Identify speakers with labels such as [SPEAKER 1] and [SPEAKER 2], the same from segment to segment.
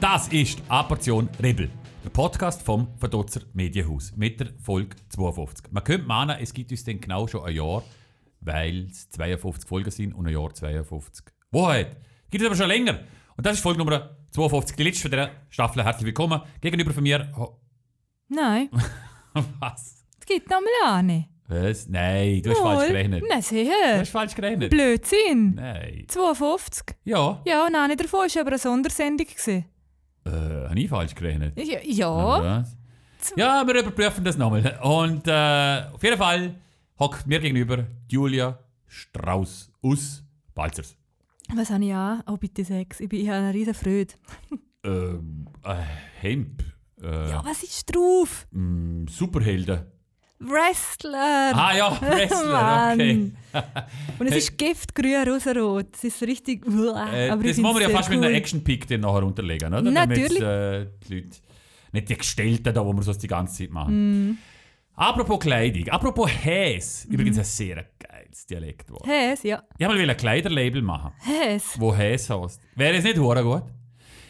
[SPEAKER 1] Das ist Apportion Rebel, der Podcast vom Verdutzer Medienhaus mit der Folge 52. Man könnte meinen, es gibt uns dann genau schon ein Jahr, weil es 52 Folgen sind und ein Jahr 52. Woheit! Gibt es aber schon länger. Und das ist Folge Nummer 52, die letzte von dieser Staffel. Herzlich willkommen. Gegenüber von mir... ho-
[SPEAKER 2] Nein,
[SPEAKER 1] Was?
[SPEAKER 2] es gibt noch mal eine.
[SPEAKER 1] Was? Nein, du hast falsch gerechnet.
[SPEAKER 2] Nein,
[SPEAKER 1] Du
[SPEAKER 2] sicher.
[SPEAKER 1] hast falsch gerechnet.
[SPEAKER 2] Blödsinn.
[SPEAKER 1] Nein.
[SPEAKER 2] 52.
[SPEAKER 1] Ja,
[SPEAKER 2] Ja, und eine davon war aber eine Sondersendung. gewesen.
[SPEAKER 1] äh, habe ich falsch gerechnet.
[SPEAKER 2] Ja, ja.
[SPEAKER 1] Ja. ja, wir überprüfen das nochmal. Und äh, auf jeden Fall hockt mir gegenüber Julia Strauss aus Balzers.
[SPEAKER 2] was habe ich an? Oh, bitte sechs. Ich, bin- ich habe eine riesen Freude.
[SPEAKER 1] Ähm, äh, Hemp. Äh,
[SPEAKER 2] Ja, was ist drauf?
[SPEAKER 1] m, Superhelden.
[SPEAKER 2] Wrestler.
[SPEAKER 1] Ah ja, Wrestler,
[SPEAKER 2] Mann.
[SPEAKER 1] okay.
[SPEAKER 2] Und es ist Giftgrün, rosarot. Es ist richtig...
[SPEAKER 1] Äh,
[SPEAKER 2] aber ich
[SPEAKER 1] das
[SPEAKER 2] find's
[SPEAKER 1] machen wir ja
[SPEAKER 2] sehr
[SPEAKER 1] fast mit einem
[SPEAKER 2] cool.
[SPEAKER 1] Action-Pick dann nachher unterlegen, oder?
[SPEAKER 2] Natürlich.
[SPEAKER 1] Damit äh, die Leute, nicht die Gestellten da, wo wir sonst die ganze Zeit
[SPEAKER 2] Mhm.
[SPEAKER 1] machen.
[SPEAKER 2] Mm.
[SPEAKER 1] Apropos Kleidung, apropos Häs,
[SPEAKER 2] Mhm.
[SPEAKER 1] übrigens ein sehr geiles Dialektwort.
[SPEAKER 2] Häs, ja.
[SPEAKER 1] Ich wollte mal ein Kleiderlabel machen.
[SPEAKER 2] Häs.
[SPEAKER 1] wo Häs heißt. Wäre es nicht hure gut?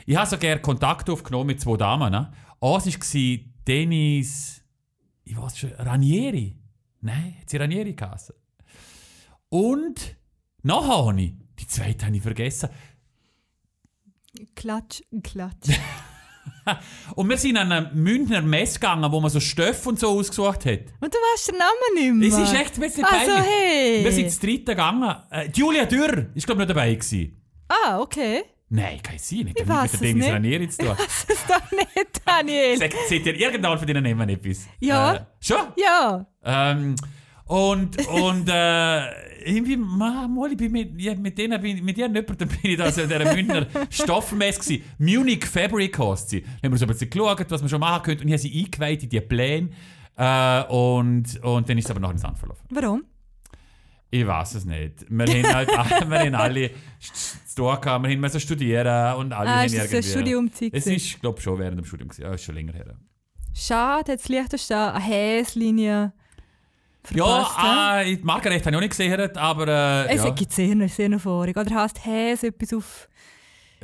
[SPEAKER 1] Ich habe so gerne Kontakt aufgenommen mit zwei Damen. Ne? Eins war Dennis. Ich weiß schon, Ranieri. Nein, hat sie Ranieri geheißen. Und nachher habe ich, die zweite habe ich vergessen.
[SPEAKER 2] Klatsch, klatsch.
[SPEAKER 1] Und wir sind an einem Münchner Mess gegangen, wo man so Stoff und so ausgesucht hat.
[SPEAKER 2] Und du weißt den Namen nicht mehr.
[SPEAKER 1] Es ist echt ein bisschen
[SPEAKER 2] Also,
[SPEAKER 1] peinlich.
[SPEAKER 2] hey.
[SPEAKER 1] Wir sind zu dritten gegangen. Äh, Julia Dürr ist, glaube ich, nicht dabei. Gewesen.
[SPEAKER 2] Ah, okay.
[SPEAKER 1] Nein, kann ich sein. Nicht damit mit
[SPEAKER 2] weiß
[SPEAKER 1] der
[SPEAKER 2] es
[SPEAKER 1] Dennis
[SPEAKER 2] nicht.
[SPEAKER 1] Ranieri zu tun.
[SPEAKER 2] Das ist doch nicht, Daniel.
[SPEAKER 1] Sagt, seht ihr irgendwann von denen nehmen etwas?
[SPEAKER 2] Ja.
[SPEAKER 1] Äh, schon?
[SPEAKER 2] Ja.
[SPEAKER 1] Ähm, und und äh, irgendwie, man, mal, ich bin mit, ja, mit denen bin, mit ihren jemandem bin ich da so in dieser Münchner Stoffmesse gewesen. Munich Fabric heißt sie. Da haben wir so ein bisschen geschaut, was man schon machen könnte. Und ich habe sie eingeweiht in die Pläne. Äh, und, und dann ist es aber noch ins Sand verlaufen.
[SPEAKER 2] Warum?
[SPEAKER 1] Ich weiß es nicht. Wir haben halt wir haben alle zu tun gehabt, wir haben müssen studieren und alle
[SPEAKER 2] Ah,
[SPEAKER 1] haben
[SPEAKER 2] ist das ein
[SPEAKER 1] irgendwie-
[SPEAKER 2] Studiumzeug?
[SPEAKER 1] Es
[SPEAKER 2] gewesen?
[SPEAKER 1] ist, glaube ich, schon während dem Studium. gewesen. Ja, ist schon länger her.
[SPEAKER 2] Schade, jetzt liegt das da eine Häslinie.
[SPEAKER 1] Ja,
[SPEAKER 2] Verpasst, hä?
[SPEAKER 1] ah, ich- Margaret habe ich auch nicht gesehen, aber äh,
[SPEAKER 2] Es
[SPEAKER 1] ja,
[SPEAKER 2] gibt sehr, sehr erfahrig. Oder heißt Häs etwas auf.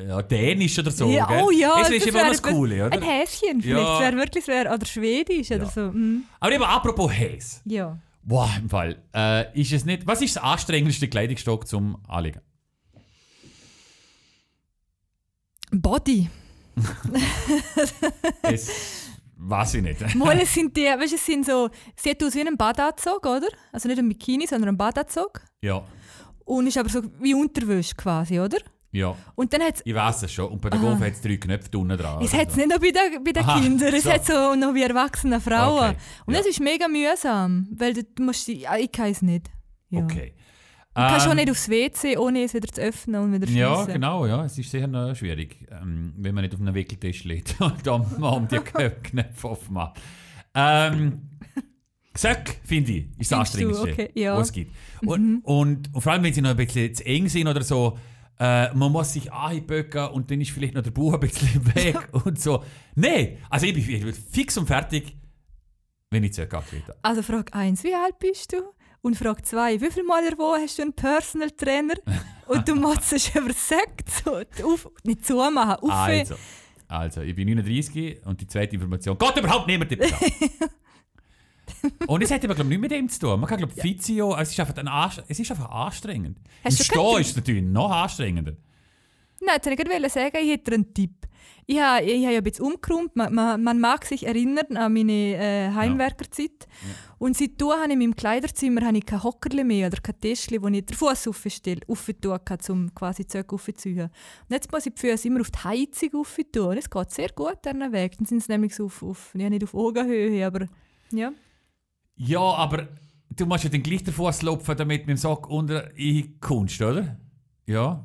[SPEAKER 1] ja, Dänisch oder so.
[SPEAKER 2] ja,
[SPEAKER 1] gell?
[SPEAKER 2] oh ja,
[SPEAKER 1] das ist eben auch
[SPEAKER 2] wär
[SPEAKER 1] das Coole,
[SPEAKER 2] Ein
[SPEAKER 1] oder?
[SPEAKER 2] Häschen vielleicht.
[SPEAKER 1] Ja.
[SPEAKER 2] Das wäre wirklich wär, Oder Schwedisch oder
[SPEAKER 1] Ja.
[SPEAKER 2] so. Mhm.
[SPEAKER 1] Aber eben apropos Häs.
[SPEAKER 2] Ja.
[SPEAKER 1] Boah, im Fall. Äh, ist es nicht, was ist das anstrengendste Kleidungsstück zum Anlegen?
[SPEAKER 2] Body.
[SPEAKER 1] Das weiß ich nicht.
[SPEAKER 2] Mal, es sind die, weißt du, es sind so. Sieht aus wie ein Badanzug, oder? Also nicht ein Bikini, sondern ein Badanzug.
[SPEAKER 1] Ja,
[SPEAKER 2] Und ist aber so wie Unterwäsche quasi, oder?
[SPEAKER 1] ja,
[SPEAKER 2] Und dann hat es.
[SPEAKER 1] ich weiß es schon. Und bei der Golf hat es drei Knöpfe unten dran.
[SPEAKER 2] Ah. Es
[SPEAKER 1] oder
[SPEAKER 2] hat es
[SPEAKER 1] so.
[SPEAKER 2] nicht nur bei den, bei den
[SPEAKER 1] Also, Aha,
[SPEAKER 2] Kindern, es
[SPEAKER 1] so.
[SPEAKER 2] hat so noch wie erwachsene Frauen.
[SPEAKER 1] Okay,
[SPEAKER 2] Und
[SPEAKER 1] ja.
[SPEAKER 2] das ist mega mühsam, weil du musst, die- ah, ich kann es nicht. Ja.
[SPEAKER 1] Okay.
[SPEAKER 2] Du kannst auch
[SPEAKER 1] Ähm,
[SPEAKER 2] nicht aufs WC, ohne es wieder zu öffnen und wieder zu
[SPEAKER 1] Ja,
[SPEAKER 2] schliessen.
[SPEAKER 1] genau, ja. Es ist sehr äh, schwierig, ähm, wenn man nicht auf einen Wickeltisch lädt und dann mal um die Knö- Knöpfe aufmacht. Ähm, Gesöck, finde ich, ist das
[SPEAKER 2] Findest du,
[SPEAKER 1] Anstrengendste,
[SPEAKER 2] okay, ja. Mhm.
[SPEAKER 1] was es gibt. Und, und, und vor allem, wenn sie noch ein bisschen zu eng sind oder so, äh, man muss sich anböcken und dann ist vielleicht noch der Bauch ein bisschen weg und so. Nein, also ich bin, ich bin fix und fertig, wenn ich Zöck abgetreten habe.
[SPEAKER 2] Also Frage 1, wie alt bist du? Und Frage 2, wie viel Mal wo hast du einen Personal Trainer? und du motzest über Sekt, so, auf, nicht zumachen, auf.
[SPEAKER 1] Also, also, ich bin 39 und die zweite Information geht überhaupt niemand damit an. Und es hat aber, glaube ich, nichts mit dem zu tun. Man kann, glaube ich, Fizio, es ist einfach, ein Anst es ist einfach anstrengend.
[SPEAKER 2] Hast
[SPEAKER 1] Im
[SPEAKER 2] du keinen
[SPEAKER 1] Stehen ist es natürlich noch anstrengender.
[SPEAKER 2] Nein, jetzt wollte ich gerade sagen, ich hätte dir einen Tipp. Ich habe, ich habe ja ein bisschen umgeräumt. Man, man, man mag sich erinnern an meine äh, Heimwerkerzeit. Und seitdem habe ich in meinem Kleiderzimmer habe ich kein Hockerli mehr oder kein Tischli, wo ich den Fuß aufstelle, aufzutun kann, um quasi Zeug aufzuziehen. Und jetzt muss ich die Füße immer auf die Heizung aufzutun. Und es geht sehr gut diesen Weg. Dann sind sie nämlich so auf, auf ja, nicht auf Augenhöhe, aber ja.
[SPEAKER 1] Ja, aber du musst ja den gleich den Fuß lupfen, damit mit dem Sack unter in Kunst, oder? Ja.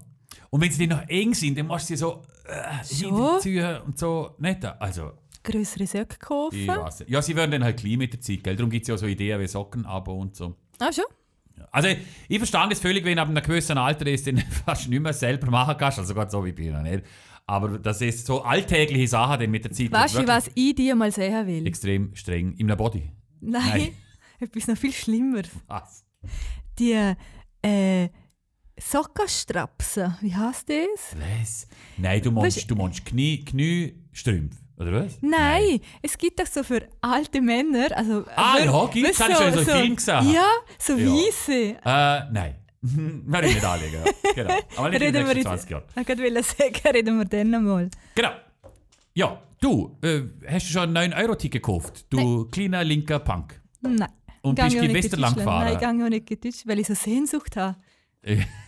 [SPEAKER 1] Und wenn sie dann noch eng sind, dann musst du sie so äh,
[SPEAKER 2] So?
[SPEAKER 1] hinterziehen und so. Nicht? Also,
[SPEAKER 2] Größere Säcke
[SPEAKER 1] ich
[SPEAKER 2] kaufen.
[SPEAKER 1] weiß nicht. Ja, sie werden dann halt klein mit der Zeit, gell? Darum gibt es ja auch so Ideen wie Socken ab und so.
[SPEAKER 2] Ah, schon?
[SPEAKER 1] Also ich verstand es völlig, wenn ab einem gewissen Alter ist, den fast nicht mehr selber machen kannst. Also gerade so wie bin ich noch nicht. Aber das ist so alltägliche Sachen, die mit der Zeit
[SPEAKER 2] Weißt du,
[SPEAKER 1] wirklich
[SPEAKER 2] was ich dir mal sehen will?
[SPEAKER 1] extrem streng in einem Body.
[SPEAKER 2] Nein,
[SPEAKER 1] Nein.
[SPEAKER 2] etwas noch viel Schlimmeres.
[SPEAKER 1] Was?
[SPEAKER 2] die äh, Sockenstrapsen, wie heißt das?
[SPEAKER 1] Was? Nein, du
[SPEAKER 2] Weißt-
[SPEAKER 1] meinst, du meinst Knie, Knie, Strümpfe, oder was?
[SPEAKER 2] Nein, es gibt doch so für alte Männer, also...
[SPEAKER 1] Ah,
[SPEAKER 2] wir-
[SPEAKER 1] ja, gibt's,
[SPEAKER 2] weißt du,
[SPEAKER 1] hab ich schon in so Filmen gesehen.
[SPEAKER 2] Ja, so
[SPEAKER 1] Ja.
[SPEAKER 2] weisse.
[SPEAKER 1] Äh, nein. Werde ich nicht anlegen. Ja. Genau. Aber nicht in den
[SPEAKER 2] Reden wir
[SPEAKER 1] nächsten
[SPEAKER 2] jetzt-
[SPEAKER 1] 20 Jahren.
[SPEAKER 2] Ich wollte sagen, reden wir dann nochmal.
[SPEAKER 1] Genau. Ja, du, äh, hast du schon ein 9-Euro-Ticket gekauft? Du kleiner linker Punk.
[SPEAKER 2] Nein.
[SPEAKER 1] Und
[SPEAKER 2] Gang
[SPEAKER 1] bist
[SPEAKER 2] ja
[SPEAKER 1] in
[SPEAKER 2] nicht in
[SPEAKER 1] Westerland
[SPEAKER 2] Deutschland. Nein, ich
[SPEAKER 1] gefahren?
[SPEAKER 2] gehe ja nicht in Deutschland, weil ich so Sehnsucht habe.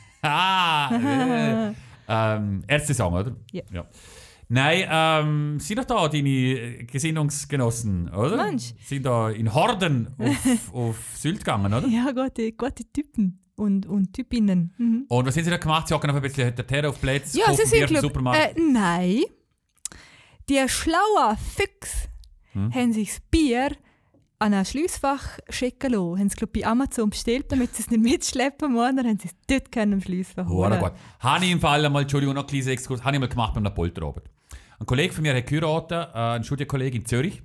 [SPEAKER 1] ah! Äh, ähm, erste Saison, oder?
[SPEAKER 2] Ja.
[SPEAKER 1] Nein, ähm, sind doch da deine äh, Gesinnungsgenossen, oder?
[SPEAKER 2] Mensch.
[SPEAKER 1] Sind da in Horden auf, auf Sylt gegangen, oder?
[SPEAKER 2] Ja, gute, gute Typen und, und Typinnen. Mhm.
[SPEAKER 1] Und was haben sie da gemacht? Sie hocken einfach ein bisschen der Terror auf den Plätzen,
[SPEAKER 2] Ja, sie
[SPEAKER 1] kaufen Bier
[SPEAKER 2] sind
[SPEAKER 1] im
[SPEAKER 2] glaub,
[SPEAKER 1] Supermarkt.
[SPEAKER 2] Äh, nein. Die schlauen Füchse
[SPEAKER 1] Hm?
[SPEAKER 2] haben sich das Bier an ein Schliessfach schicken lassen. Haben es glaub, bei Amazon bestellt, damit sie es nicht mitschleppen müssen. Dann haben sie es dort können im Schliessfach
[SPEAKER 1] Oh,
[SPEAKER 2] holen.
[SPEAKER 1] Gott. Habe ich im Fall einmal, Entschuldigung, noch einen kleinen Exkurs, habe ich mal gemacht beim Polterabend. Ein Kollege von mir hat geheiratet, äh, ein Studienkollege in Zürich,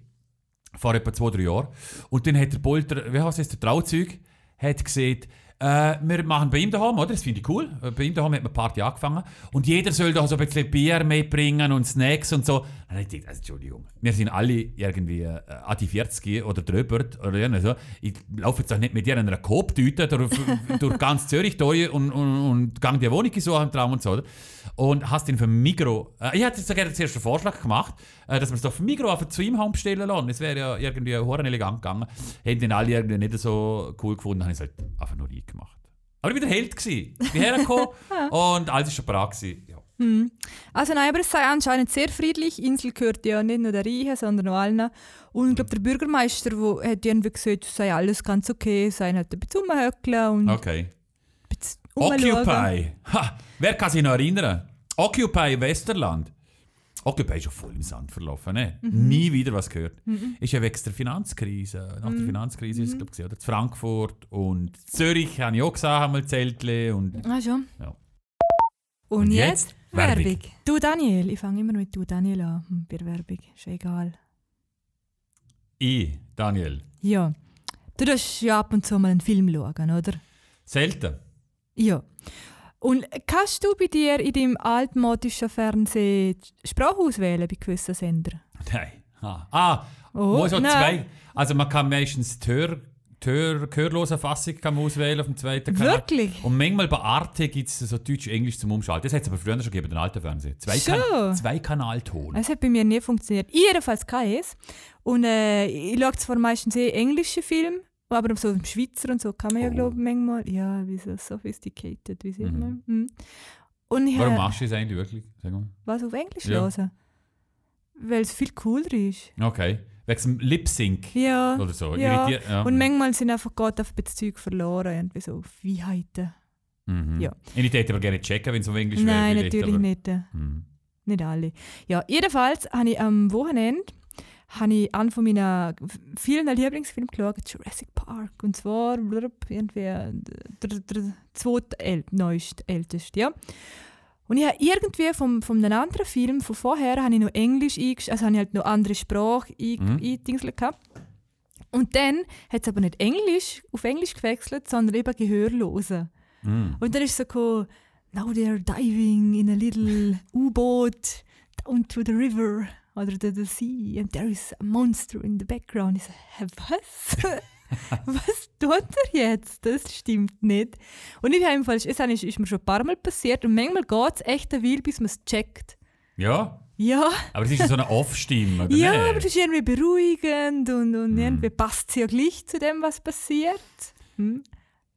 [SPEAKER 1] vor etwa zwei, drei Jahren. Und dann hat der Polter, wie heißt es, der Trauzeug, hat gesagt, äh, wir machen bei ihm daheim, oder? Das finde ich cool. Äh, Bei ihm daheim hat man Party angefangen. Und jeder soll da so ein bisschen Bier mitbringen und Snacks und so. Dann hab ich gedacht, also, Entschuldigung, wir sind alle irgendwie äh, an die 40 oder drüber oder irgendwie so. Ich laufe jetzt auch nicht mit irgendeiner Coop-Tüte durch, durch ganz Zürich durch und, und, und gang die Wohnung so am Traum und so. Oder? Und hast den für Migro. Äh, ich hatte sogar den ersten Vorschlag gemacht, äh, dass wir es doch für Migro einfach zu ihm haben bestellen lassen. Das wäre ja irgendwie hohen elegant gegangen. Hätten den alle irgendwie nicht so cool gefunden, habe ich es halt einfach nur ich gemacht. Aber ich war der Held. gewesen. Ich bin hergekommen und alles war schon bereit. gewesen. Ja.
[SPEAKER 2] Also nein, aber es sei anscheinend sehr friedlich. Insel gehört ja nicht nur der Reichen, sondern auch allen. Und ich
[SPEAKER 1] Hm.
[SPEAKER 2] glaube, der Bürgermeister wo, hat irgendwie gesagt, es sei alles ganz okay, es sei halt ein bisschen rumhöckeln und ein
[SPEAKER 1] Okay.
[SPEAKER 2] bisschen rumschauen.
[SPEAKER 1] Occupy. Ha, wer kann sich noch erinnern? Occupy Westerland. Occupy ist ja voll im Sand verlaufen. Ne?
[SPEAKER 2] Mhm.
[SPEAKER 1] Nie wieder was gehört. Ist ja wegen der Finanzkrise. Nach der
[SPEAKER 2] Mhm.
[SPEAKER 1] Finanzkrise ist es, glaube ich, oder? In Frankfurt und Zürich habe ich auch gesehen, haben wir Zeltle und
[SPEAKER 2] Ah schon.
[SPEAKER 1] Ja.
[SPEAKER 2] Und,
[SPEAKER 1] Und
[SPEAKER 2] jetzt,
[SPEAKER 1] jetzt
[SPEAKER 2] Werbung.
[SPEAKER 1] Werbung.
[SPEAKER 2] Du Daniel, ich fange immer mit Du Daniel an hm, bei der Werbung, ist ja egal.
[SPEAKER 1] ich, Daniel.
[SPEAKER 2] Ja, du darfst ja ab und zu mal einen Film schauen, oder?
[SPEAKER 1] Selten.
[SPEAKER 2] Ja. Und kannst du bei dir in deinem altmodischen Fernsehen die Sprache auswählen bei gewissen Sendern?
[SPEAKER 1] Nein. Ah, ah
[SPEAKER 2] Oh,
[SPEAKER 1] muss auch
[SPEAKER 2] nein.
[SPEAKER 1] zwei. Also man kann meistens die Hör, die Hör, gehörlose Fassung kann man auswählen auf dem zweiten Kanal.
[SPEAKER 2] Wirklich?
[SPEAKER 1] Und manchmal bei Arte gibt es so Deutsch-Englisch zum Umschalten. Das hat es aber früher schon gegeben, den alten Fernsehen. Zwei,
[SPEAKER 2] So. Also,
[SPEAKER 1] kan zwei Kanalton.
[SPEAKER 2] Es hat bei mir nie funktioniert. Jedenfalls keins. Und äh, ich schaue zwar meistens eh englische Filme, aber so im Schweizer und so kann man ja,
[SPEAKER 1] Oh.
[SPEAKER 2] glaube ich, manchmal. Ja, wie so sophisticated, wie sieht
[SPEAKER 1] Mhm.
[SPEAKER 2] man. Mhm. Und ich
[SPEAKER 1] Warum
[SPEAKER 2] habe
[SPEAKER 1] machst du das eigentlich wirklich? Sag mal.
[SPEAKER 2] was auf Englisch
[SPEAKER 1] Ja.
[SPEAKER 2] hören. Weil es viel cooler ist.
[SPEAKER 1] Okay. Wegen dem Lip-Sync
[SPEAKER 2] Ja.
[SPEAKER 1] oder so.
[SPEAKER 2] ja.
[SPEAKER 1] Irritier- ja.
[SPEAKER 2] Und manchmal sind einfach Gott auf ein bisschen Zeug verloren, irgendwie so auf Weisheiten.
[SPEAKER 1] mhm.
[SPEAKER 2] ja.
[SPEAKER 1] Und Ich hätte aber gerne checken, wenn es um Englisch wäre.
[SPEAKER 2] Nein,
[SPEAKER 1] vielleicht,
[SPEAKER 2] natürlich
[SPEAKER 1] aber-
[SPEAKER 2] nicht. äh,
[SPEAKER 1] Mhm.
[SPEAKER 2] Nicht alle. Ja, jedenfalls habe ich am Wochenende habe ich einen von meinen vielen Lieblingsfilmen geschaut, Jurassic Park. Und zwar blub, irgendwie äh, der, der zweite, äl, neueste, älteste, ja. Und ich habe irgendwie vom, von einem anderen Film von vorher habe ich noch Englisch eingesch also habe ich halt noch andere Sprache
[SPEAKER 1] Mhm.
[SPEAKER 2] ein- eingedingselt gehabt. Und dann hat es aber nicht Englisch auf Englisch gewechselt, sondern eben Gehörlose.
[SPEAKER 1] Mhm.
[SPEAKER 2] Und dann ist so gekommen, now they're diving in a little U-Boot down to the river oder to the sea and there is a monster in the background. Ich so, hä, was? was tut er jetzt? Das stimmt nicht. Und ich habe im Fall, es ist, ist mir schon ein paar Mal passiert und manchmal geht es echt eine Weile, bis man es checkt.
[SPEAKER 1] Ja.
[SPEAKER 2] Ja,
[SPEAKER 1] Aber es ist ja so eine Off-Stimme, oder
[SPEAKER 2] ja,
[SPEAKER 1] nicht? Hm.
[SPEAKER 2] aber das ist irgendwie beruhigend und, und irgendwie passt es ja gleich zu dem, was passiert. Hm.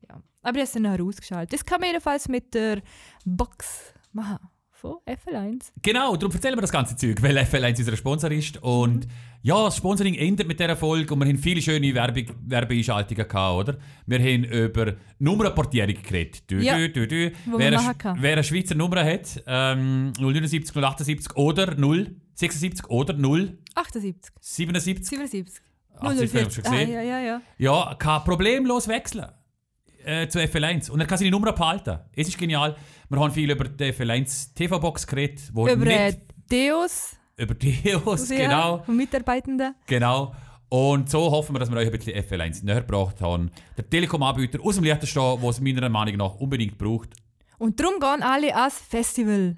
[SPEAKER 2] Ja. Aber das ist dann nachher ausgeschaltet. Das kann man jedenfalls mit der Box machen. Von FL1.
[SPEAKER 1] Genau, darum erzählen wir das ganze Zeug, weil FL1 unser Sponsor ist. Und ja, das Sponsoring endet mit dieser Folge und wir haben viele schöne Werbung, Werbeeinschaltungen gehabt, oder? Wir haben über Nummernportierung geredet. Du,
[SPEAKER 2] Ja,
[SPEAKER 1] du, du, du.
[SPEAKER 2] wo man
[SPEAKER 1] Wer, eine,
[SPEAKER 2] machen
[SPEAKER 1] Sch-
[SPEAKER 2] kann.
[SPEAKER 1] wer eine Schweizer Nummer hat, ähm, 079, 078 oder 076 oder 077,
[SPEAKER 2] 78, 77,
[SPEAKER 1] 80, haben wir schon
[SPEAKER 2] Ah,
[SPEAKER 1] gesehen.
[SPEAKER 2] ja, ja, ja.
[SPEAKER 1] Ja, kann problemlos wechseln äh, zu FL1. Und er kann seine Nummer behalten. Es ist genial. Wir haben viel über die FL1 TV-Box geredet, wo
[SPEAKER 2] Über äh,
[SPEAKER 1] nicht
[SPEAKER 2] Deos,
[SPEAKER 1] über Deos,
[SPEAKER 2] sehr,
[SPEAKER 1] genau.
[SPEAKER 2] von Mitarbeitenden.
[SPEAKER 1] Genau. Und so hoffen wir, dass wir euch ein bisschen FL1 näher gebracht haben. Der Telekom-Anbieter aus dem Liechtenstein, der es meiner Meinung nach unbedingt braucht.
[SPEAKER 2] Und darum gehen alle ans Festival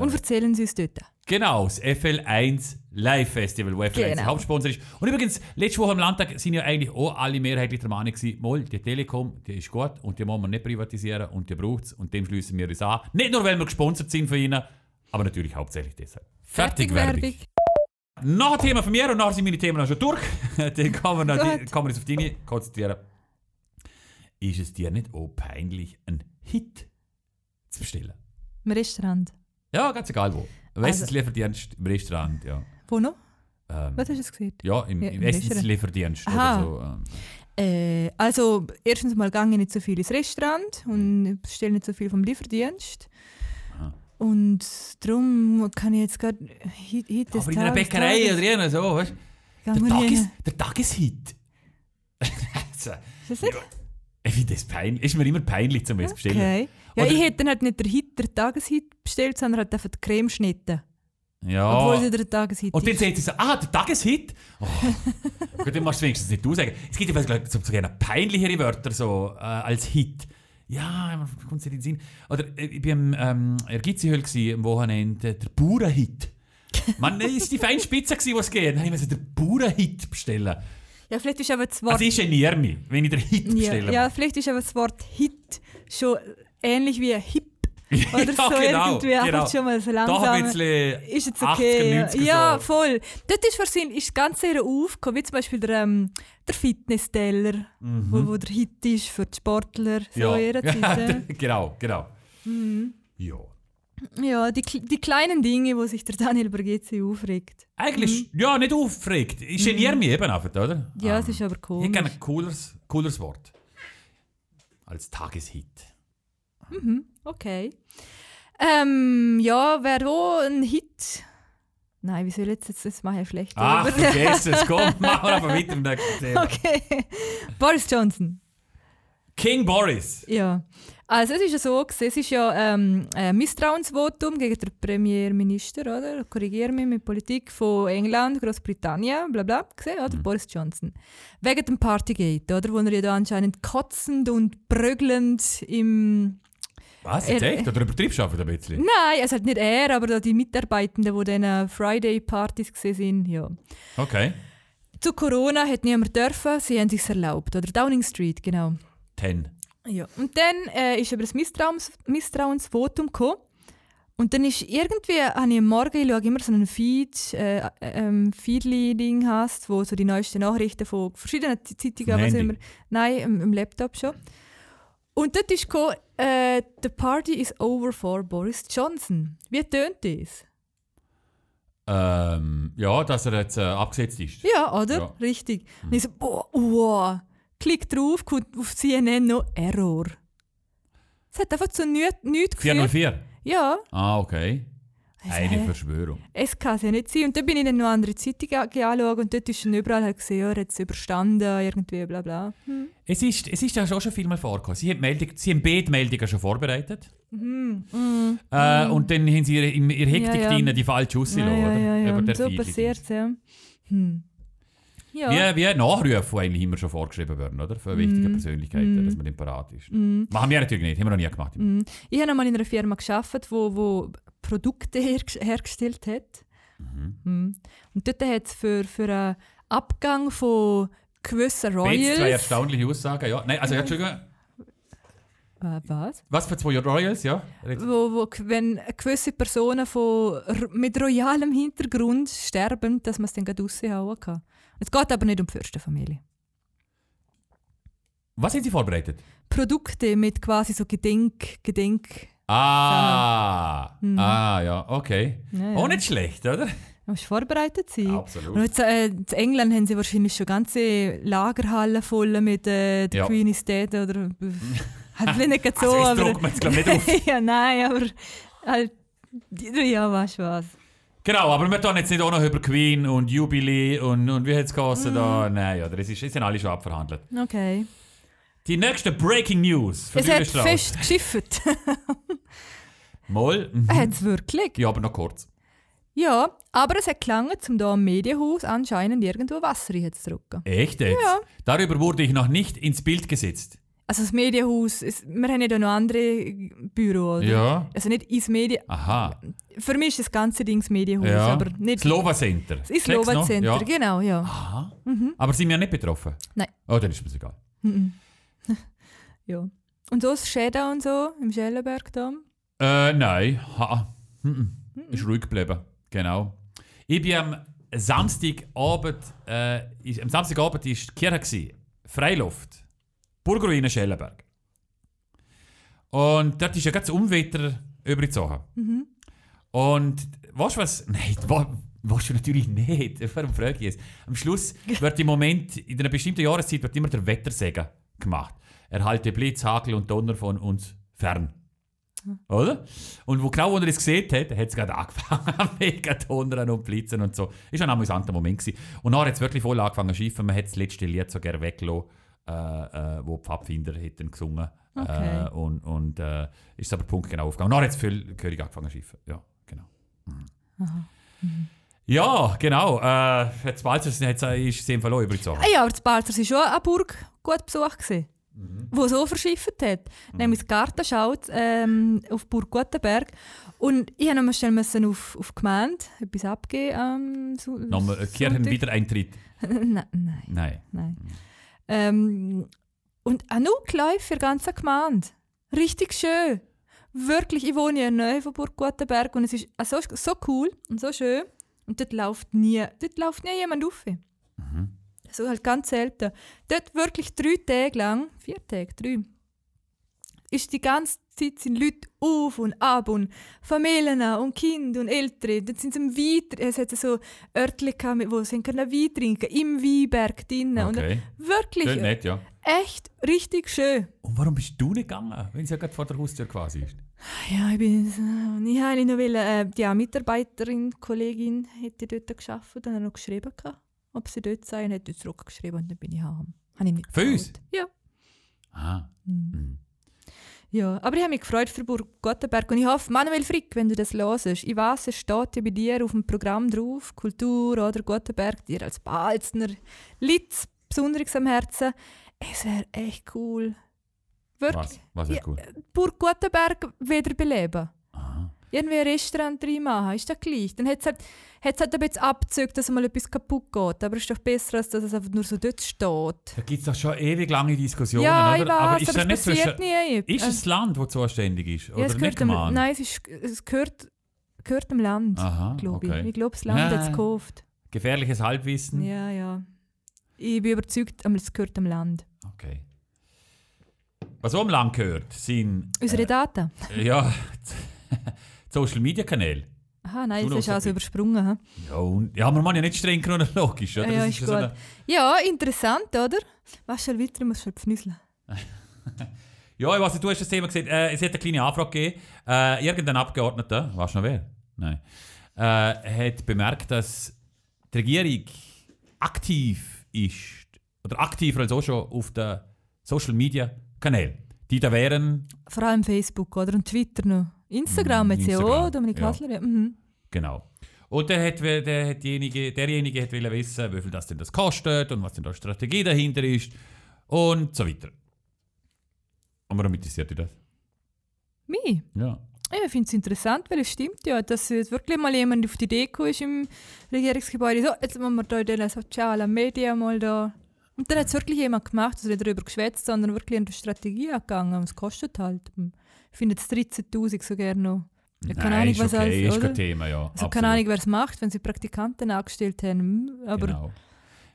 [SPEAKER 2] und erzählen sie uns dort.
[SPEAKER 1] äh, Genau, das FL1 Live Festival, wo FL1 der
[SPEAKER 2] Genau.
[SPEAKER 1] Hauptsponsor ist. Und übrigens, letzte Woche am Landtag sind ja eigentlich auch alle mehrheitlich der Meinung gewesen, Moll, die Telekom, die ist gut und die wollen wir nicht privatisieren und die braucht es und dem schliessen wir uns an. Nicht nur, weil wir gesponsert sind von ihnen, aber natürlich hauptsächlich deshalb. Fertigwerbung. Noch ein Thema von mir und nachher sind meine Themen auch schon durch. Dann kann man, noch die,
[SPEAKER 2] Gut.
[SPEAKER 1] kann man uns auf deine konzentrieren. Ist es dir nicht auch peinlich, einen Hit zu bestellen?
[SPEAKER 2] Im Restaurant.
[SPEAKER 1] Ja, ganz egal wo. Im
[SPEAKER 2] Also-
[SPEAKER 1] Essenslieferdienst, im Restaurant, ja.
[SPEAKER 2] Wo noch?
[SPEAKER 1] Ähm,
[SPEAKER 2] Was hast du gesagt?
[SPEAKER 1] ja, im,
[SPEAKER 2] Ja,
[SPEAKER 1] im
[SPEAKER 2] im Restaurant.
[SPEAKER 1] Essenslieferdienst oder
[SPEAKER 2] Aha.
[SPEAKER 1] so. Ähm,
[SPEAKER 2] Äh, also, erstens mal gehe ich nicht so viel ins Restaurant und bestelle nicht so viel vom Lieferdienst.
[SPEAKER 1] Aha.
[SPEAKER 2] Und darum kann ich jetzt gerade heute hit
[SPEAKER 1] aber in einer Bäckerei oder irgend so, weißt du? Der Tag ist, der Tag ist Hit. also, ich finde das peinlich. Ist mir immer peinlich, zum jetzt bestellen.
[SPEAKER 2] Okay. Ja,
[SPEAKER 1] Oder-
[SPEAKER 2] ich hätte dann halt nicht den Hit, den Tageshit bestellt, sondern halt einfach die Creme schnitte.
[SPEAKER 1] Ja.
[SPEAKER 2] Obwohl sie der Tageshit
[SPEAKER 1] Und dann
[SPEAKER 2] ist.
[SPEAKER 1] sagt sie so, ah, der Tageshit. Oh. Gut, dann machst du wenigstens nicht du sagen. Es gibt ja vielleicht so, so gerne peinlichere Wörter so, äh, als Hit. Ja, man kommt nicht in den Sinn. Oder äh, ich war im ähm, Ergizihöl gsi am Wochenende, der Bauernhit. Mann, das war die feine Spitze, die es geht. Dann musste ich den Bauernhit bestellen.
[SPEAKER 2] Ja, vielleicht ist aber das Wort...
[SPEAKER 1] Also ich geniere mich, wenn ich den Hit
[SPEAKER 2] ja,
[SPEAKER 1] bestelle.
[SPEAKER 2] ja, vielleicht ist aber das Wort Hit schon ähnlich wie Hip. Oder
[SPEAKER 1] Ja,
[SPEAKER 2] so
[SPEAKER 1] genau,
[SPEAKER 2] irgendwie. Einfach
[SPEAKER 1] genau.
[SPEAKER 2] schon mal so
[SPEAKER 1] Doch ein
[SPEAKER 2] langsam.
[SPEAKER 1] bisschen
[SPEAKER 2] Ist jetzt
[SPEAKER 1] 80er,
[SPEAKER 2] okay.
[SPEAKER 1] 90er
[SPEAKER 2] ja,
[SPEAKER 1] so.
[SPEAKER 2] voll. Dort ist wahrscheinlich ist ganz sehr aufgekommen, wie zum Beispiel der, ähm, der Fitness-Teller, wo, wo der Hit ist für die Sportler.
[SPEAKER 1] Mhm.
[SPEAKER 2] So
[SPEAKER 1] Ja.
[SPEAKER 2] in ihrer Zeit. äh. Mhm.
[SPEAKER 1] genau, genau. Ja.
[SPEAKER 2] ja. ja, die, kl- die kleinen Dinge, wo sich der Daniel Bergezi aufregt.
[SPEAKER 1] Eigentlich, ja, nicht aufgeregt. Ich geniere mich eben einfach, oder?
[SPEAKER 2] Mhm. Ja,
[SPEAKER 1] Ähm,
[SPEAKER 2] es ist aber
[SPEAKER 1] Ich hätte
[SPEAKER 2] komisch.
[SPEAKER 1] gerne ein cooleres, cooleres Wort. Als Tageshit.
[SPEAKER 2] Mhm, Okay. Ähm, ja, wer wo ein Hit? Nein, wie soll ich jetzt, das mache ich schlecht.
[SPEAKER 1] Ach,
[SPEAKER 2] aber-
[SPEAKER 1] Ah, vergiss es. Komm, machen wir einfach weiter im nächsten Thema.
[SPEAKER 2] okay. Boris Johnson.
[SPEAKER 1] King Boris.
[SPEAKER 2] Ja. Also es ist ja so, gewesen, es ist ja ähm, ein Misstrauensvotum gegen den Premierminister, oder? Korrigiere mich mit Politik von England, Großbritannien, bla bla, gewesen, oder? Boris Johnson. Wegen dem Partygate, oder? Wo er ja da anscheinend kotzend und prügelnd im...
[SPEAKER 1] Was? Jetzt
[SPEAKER 2] Er-
[SPEAKER 1] echt? Oder übertreibst du einfach ein bisschen?
[SPEAKER 2] Nein, also halt nicht er, aber da die Mitarbeitenden, die diesen Friday-Partys gesehen sind, ja.
[SPEAKER 1] Okay.
[SPEAKER 2] Zu Corona hat niemand dürfen, sie haben sich's erlaubt, oder? Downing Street, genau.
[SPEAKER 1] Ten.
[SPEAKER 2] Ja. Und dann äh, ist aber das Misstrauens Misstrauensvotum gekommen. Und dann ist irgendwie, habe ich am Morgen, ich schaue immer so einen Feed, äh, äh, ähm, Feedly-Ding hast, wo so die neuesten Nachrichten von verschiedenen Z- Zeitungen,
[SPEAKER 1] Vom
[SPEAKER 2] was
[SPEAKER 1] Handy?
[SPEAKER 2] immer, nein, im, im Laptop schon. Und dort ist gekommen, äh, «The party is over for Boris Johnson». Wie tönt das?
[SPEAKER 1] Ähm, ja, dass er jetzt äh, abgesetzt ist.
[SPEAKER 2] Ja, oder?
[SPEAKER 1] Ja. Hm.
[SPEAKER 2] Richtig. Und ich so, boah, wow. Klick drauf, kommt auf CNN noch «Error». Es hat einfach zu nü- nichts geführt.
[SPEAKER 1] 404.
[SPEAKER 2] Ja.
[SPEAKER 1] Ah, okay.
[SPEAKER 2] Also,
[SPEAKER 1] Eine
[SPEAKER 2] hä?
[SPEAKER 1] Verschwörung.
[SPEAKER 2] es kann es ja nicht sein. Und dann bin ich dann noch andere Zeitung angeschaut und dort ist dann überall halt gesehen, ja, er hat es überstanden, irgendwie bla bla.
[SPEAKER 1] Es ist, es ist ja schon schon viel mal vorgekommen. Sie haben, Meldung, sie haben beide Meldungen schon vorbereitet.
[SPEAKER 2] Mhm,
[SPEAKER 1] Äh, Und dann haben sie ihre, in ihrer Hektik
[SPEAKER 2] Ah. Ja, ja.
[SPEAKER 1] Drin die falsche
[SPEAKER 2] ja,
[SPEAKER 1] rausgelassen,
[SPEAKER 2] ja,
[SPEAKER 1] oder?
[SPEAKER 2] ja, ja.
[SPEAKER 1] Über
[SPEAKER 2] Und
[SPEAKER 1] den
[SPEAKER 2] so
[SPEAKER 1] Feedback.
[SPEAKER 2] passiert es, ja. Hm. Ja.
[SPEAKER 1] Wie, wie Nachrufe, die eigentlich immer schon vorgeschrieben werden, oder? Für
[SPEAKER 2] Mm.
[SPEAKER 1] wichtige Persönlichkeiten, dass man dem parat ist. Machen wir natürlich nicht, haben wir noch nie gemacht.
[SPEAKER 2] Mhm, Ich habe mal in einer Firma geschafft, wo, wo Produkte hergesch- hergestellt hat.
[SPEAKER 1] Mhm.
[SPEAKER 2] Hm. Und dort hat es für, für einen Abgang von gewissen
[SPEAKER 1] Jetzt zwei
[SPEAKER 2] Royals...
[SPEAKER 1] erstaunliche Aussagen, ja. Nein, also Entschuldigung,
[SPEAKER 2] Wa- Äh, Was?
[SPEAKER 1] was für zwei Royals, ja?
[SPEAKER 2] wo, wo g- wenn gewisse Personen von, r- mit royalem Hintergrund sterben, dass man es dann gerade raushauen kann. Es geht aber nicht um die Fürstenfamilie.
[SPEAKER 1] Was haben sie vorbereitet?
[SPEAKER 2] Produkte mit quasi so Gedenk, Gedenk.
[SPEAKER 1] Ah, ah ja, okay.
[SPEAKER 2] Mhm. Ja, ja.
[SPEAKER 1] Auch Oh, nicht schlecht, oder?
[SPEAKER 2] Man muss ne, vorbereitet sein.
[SPEAKER 1] Absolut.
[SPEAKER 2] Und jetzt, äh, in England haben sie wahrscheinlich schon ganze Lagerhallen voll mit äh, der
[SPEAKER 1] Ja.
[SPEAKER 2] Queen is dead oder halt vielleicht nicht gerade so,
[SPEAKER 1] Also, das
[SPEAKER 2] aber
[SPEAKER 1] druckt man jetzt, glaub ich, nicht auf.
[SPEAKER 2] ja, nein, aber halt ja, weißt du was.
[SPEAKER 1] Genau, aber wir tun jetzt nicht auch noch über Queen und Jubilee und, und wie hat es geheißen
[SPEAKER 2] Mhm.
[SPEAKER 1] da? Nein, ja, das ist, das sind alle schon abverhandelt.
[SPEAKER 2] Okay.
[SPEAKER 1] Die nächste Breaking News für
[SPEAKER 2] Es hat
[SPEAKER 1] Dürenstrauss.
[SPEAKER 2] fest geschifft.
[SPEAKER 1] Mal, mhm.
[SPEAKER 2] hat es wirklich?
[SPEAKER 1] ja, aber noch kurz.
[SPEAKER 2] Ja, aber es hat gelangt, zum da im Medienhaus anscheinend irgendwo Wasser zu drücken.
[SPEAKER 1] Echt jetzt? Darüber wurde ich noch nicht ins Bild gesetzt.
[SPEAKER 2] Also das Medienhaus, es, wir haben ja da noch andere Büros. oder?
[SPEAKER 1] Ja.
[SPEAKER 2] Also nicht ins Medien.
[SPEAKER 1] Aha.
[SPEAKER 2] Für mich ist das ganze Ding das Medienhaus,
[SPEAKER 1] Ja.
[SPEAKER 2] aber nicht.
[SPEAKER 1] Das Lova Center.
[SPEAKER 2] Das ist
[SPEAKER 1] Check's noch?
[SPEAKER 2] Center,
[SPEAKER 1] Ja. Ah.
[SPEAKER 2] genau, ja.
[SPEAKER 1] Aha. Aber sind wir nicht betroffen?
[SPEAKER 2] Nein.
[SPEAKER 1] Oh, dann ist mir egal.
[SPEAKER 2] ja. Und so das Shadow und so im Schellenberg da.
[SPEAKER 1] Äh, nein. Ha. Mhm. Ist ruhig geblieben. Genau. Ich bin am Samstagabend, äh, ist- am Samstagabend war die Kirche. Gewesen. Freiluft. Burgruine Schellenberg. Und dort ist ja ganz Unwetter übergezogen. Und weißt du was? Nein, wa- weißt du natürlich nicht. Warum frage ich es? Am Schluss wird im Moment, in einer bestimmten Jahreszeit, wird immer der Wettersegen gemacht. Er halte Blitz, Hagel und Donner von uns fern. Oder? Und wo genau, wo er es gesehen hat, hat es gerade angefangen. Mega Donnern und Blitzen und so. Ist ein amüsanter Moment gewesen. Und nachher hat es wirklich voll angefangen zu schiefen. Man hat das letzte Lied so gerne weggelassen, äh, äh, wo die Pfadfinder hätten gesungen.
[SPEAKER 2] Okay.
[SPEAKER 1] Äh, und und äh, ist aber Punkt genau aufgegangen. Und nachher hat es viel gehörig angefangen zu schiefen. Ja, genau. Ja, genau. Äh, jetzt bald ist es eben verloren überzogen.
[SPEAKER 2] Ah ja, aber das Balzers war schon eine Burg gut besucht. Gewesen. Wo so verschifft hat. Nämlich das Gartenschaut ähm, auf Burg Gutenberg. Und ich musste nochmal schnell müssen auf, auf die Gemeinde etwas abgeben. Ähm, so,
[SPEAKER 1] Nochmal, äh, Kirchen wieder Eintritt.
[SPEAKER 2] nein, nein.
[SPEAKER 1] Nein.
[SPEAKER 2] nein. Ähm, und auch nur die Leute für die ganze Gemeinde. Richtig schön. Wirklich, ich wohne ja neu von Burg Gutenberg und es ist auch so, so cool und so schön. Und dort läuft nie, dort läuft nie jemand auf. So halt ganz selten. Dort wirklich drei Tage lang, vier Tage, drei, ist die ganze Zeit sind Leute auf und ab und Familien und Kinder und Eltern. Dann sind sie am Wein, es hat so Örtchen gehabt, wo sie können Wein trinken im Weinberg drinnen. Und
[SPEAKER 1] Okay.
[SPEAKER 2] Wirklich,
[SPEAKER 1] Schön nett, ja.
[SPEAKER 2] echt richtig schön.
[SPEAKER 1] Und warum bist du nicht gegangen, wenn es ja gerade vor der Haustür quasi ist?
[SPEAKER 2] Ja, ich bin, äh, ich habe noch wollen, äh, die eine Mitarbeiterin, Kollegin, hätte dort geschafft und dann hat er noch geschrieben gehabt, ob sie dort sei und hat dort zurückgeschrieben und dann bin ich heim. Habe ich mich
[SPEAKER 1] Für uns?
[SPEAKER 2] gefreut. Ja.
[SPEAKER 1] Ah. Mhm.
[SPEAKER 2] Ja, aber ich habe mich gefreut für Burg Gottenberg und ich hoffe, Manuel Frick, wenn du das hörst, ich weiß, es steht ja bei dir auf dem Programm drauf, Kultur oder Gottenberg, dir als Balzner liegt besonders am Herzen. Es wäre echt cool. Wirklich.
[SPEAKER 1] Was? Was ist
[SPEAKER 2] Ja.
[SPEAKER 1] gut? Ah.
[SPEAKER 2] Burg Gutenberg wiederbeleben.
[SPEAKER 1] Aha.
[SPEAKER 2] Irgendwie ein Restaurant reinmachen, ist das gleich. Dann hat es halt, hat's halt ein bisschen abgezückt, dass mal etwas kaputt geht. Aber ist doch besser, als dass es einfach nur so dort steht.
[SPEAKER 1] Da gibt es doch schon ewig lange Diskussionen,
[SPEAKER 2] ja,
[SPEAKER 1] oder?
[SPEAKER 2] ich weiß, aber,
[SPEAKER 1] aber ist, da
[SPEAKER 2] es
[SPEAKER 1] nicht
[SPEAKER 2] passiert
[SPEAKER 1] zwischen,
[SPEAKER 2] nie.
[SPEAKER 1] ist es das Land, das zuständig ist?
[SPEAKER 2] ja,
[SPEAKER 1] Oder
[SPEAKER 2] es
[SPEAKER 1] nicht
[SPEAKER 2] gehört dem,
[SPEAKER 1] Gemeinde?
[SPEAKER 2] Nein, es, ist, es gehört, gehört dem Land,
[SPEAKER 1] Aha,
[SPEAKER 2] glaube ich.
[SPEAKER 1] Ah, okay. Hm.
[SPEAKER 2] Ich glaube, das Land hat es
[SPEAKER 1] Ah.
[SPEAKER 2] gekauft.
[SPEAKER 1] Gefährliches Halbwissen?
[SPEAKER 2] Ja, ja. Ich bin überzeugt, aber es gehört dem Land.
[SPEAKER 1] Okay. Was auch im Land gehört, sind
[SPEAKER 2] Unsere Daten.
[SPEAKER 1] äh, ja, Social Media Kanäle.
[SPEAKER 2] Aha, nein,
[SPEAKER 1] du
[SPEAKER 2] das ist
[SPEAKER 1] noch
[SPEAKER 2] also
[SPEAKER 1] etwas?
[SPEAKER 2] übersprungen. hä?
[SPEAKER 1] Ja, und, ja, man muss ja nicht streng chronologisch, oder?
[SPEAKER 2] Ja, ja,
[SPEAKER 1] Das
[SPEAKER 2] ist
[SPEAKER 1] so
[SPEAKER 2] gut.
[SPEAKER 1] eine-
[SPEAKER 2] Ja, interessant, oder? Was schon weiter, muss schon pfnüsseln.
[SPEAKER 1] ja, ich weiss nicht, du hast das Thema gesehen. Äh, es hat eine kleine Anfrage gegeben. Äh, irgendein Abgeordneter, weißt du noch wer? Nein. Äh, hat bemerkt, dass die Regierung aktiv ist, oder aktiver als auch schon auf den Social Media Kanälen. Die da wären,
[SPEAKER 2] Vor allem Facebook, oder? Und Twitter noch. Instagram
[SPEAKER 1] Mm,
[SPEAKER 2] jetzt ja
[SPEAKER 1] Instagram,
[SPEAKER 2] auch, Dominik
[SPEAKER 1] ja.
[SPEAKER 2] Hassler. Ja. Mhm.
[SPEAKER 1] Genau. Und der hat, we- der hat diejenige, derjenige hat wollen wissen, wie viel das denn das kostet und was denn da die Strategie dahinter ist und so weiter. Und warum interessiert dich das?
[SPEAKER 2] Mich?
[SPEAKER 1] Ja.
[SPEAKER 2] Ja, Ich finde es interessant, weil es stimmt ja, dass jetzt wirklich mal jemand auf die Idee gekommen ist im Regierungsgebäude. So, jetzt machen wir da in den sozialen Medien mal da. Und dann hat es wirklich jemand gemacht, also nicht darüber geschwätzt, sondern wirklich an die Strategie angegangen. Und es kostet halt. hm, Ich finde jetzt 13.000 so gerne noch. Ja, keine Ahnung,
[SPEAKER 1] ist
[SPEAKER 2] was oh,
[SPEAKER 1] okay,
[SPEAKER 2] als-
[SPEAKER 1] ist
[SPEAKER 2] oder?
[SPEAKER 1] kein Thema, ja.
[SPEAKER 2] Also
[SPEAKER 1] absolut.
[SPEAKER 2] keine Ahnung, wer es macht, wenn sie Praktikanten angestellt haben. hm, Aber
[SPEAKER 1] genau.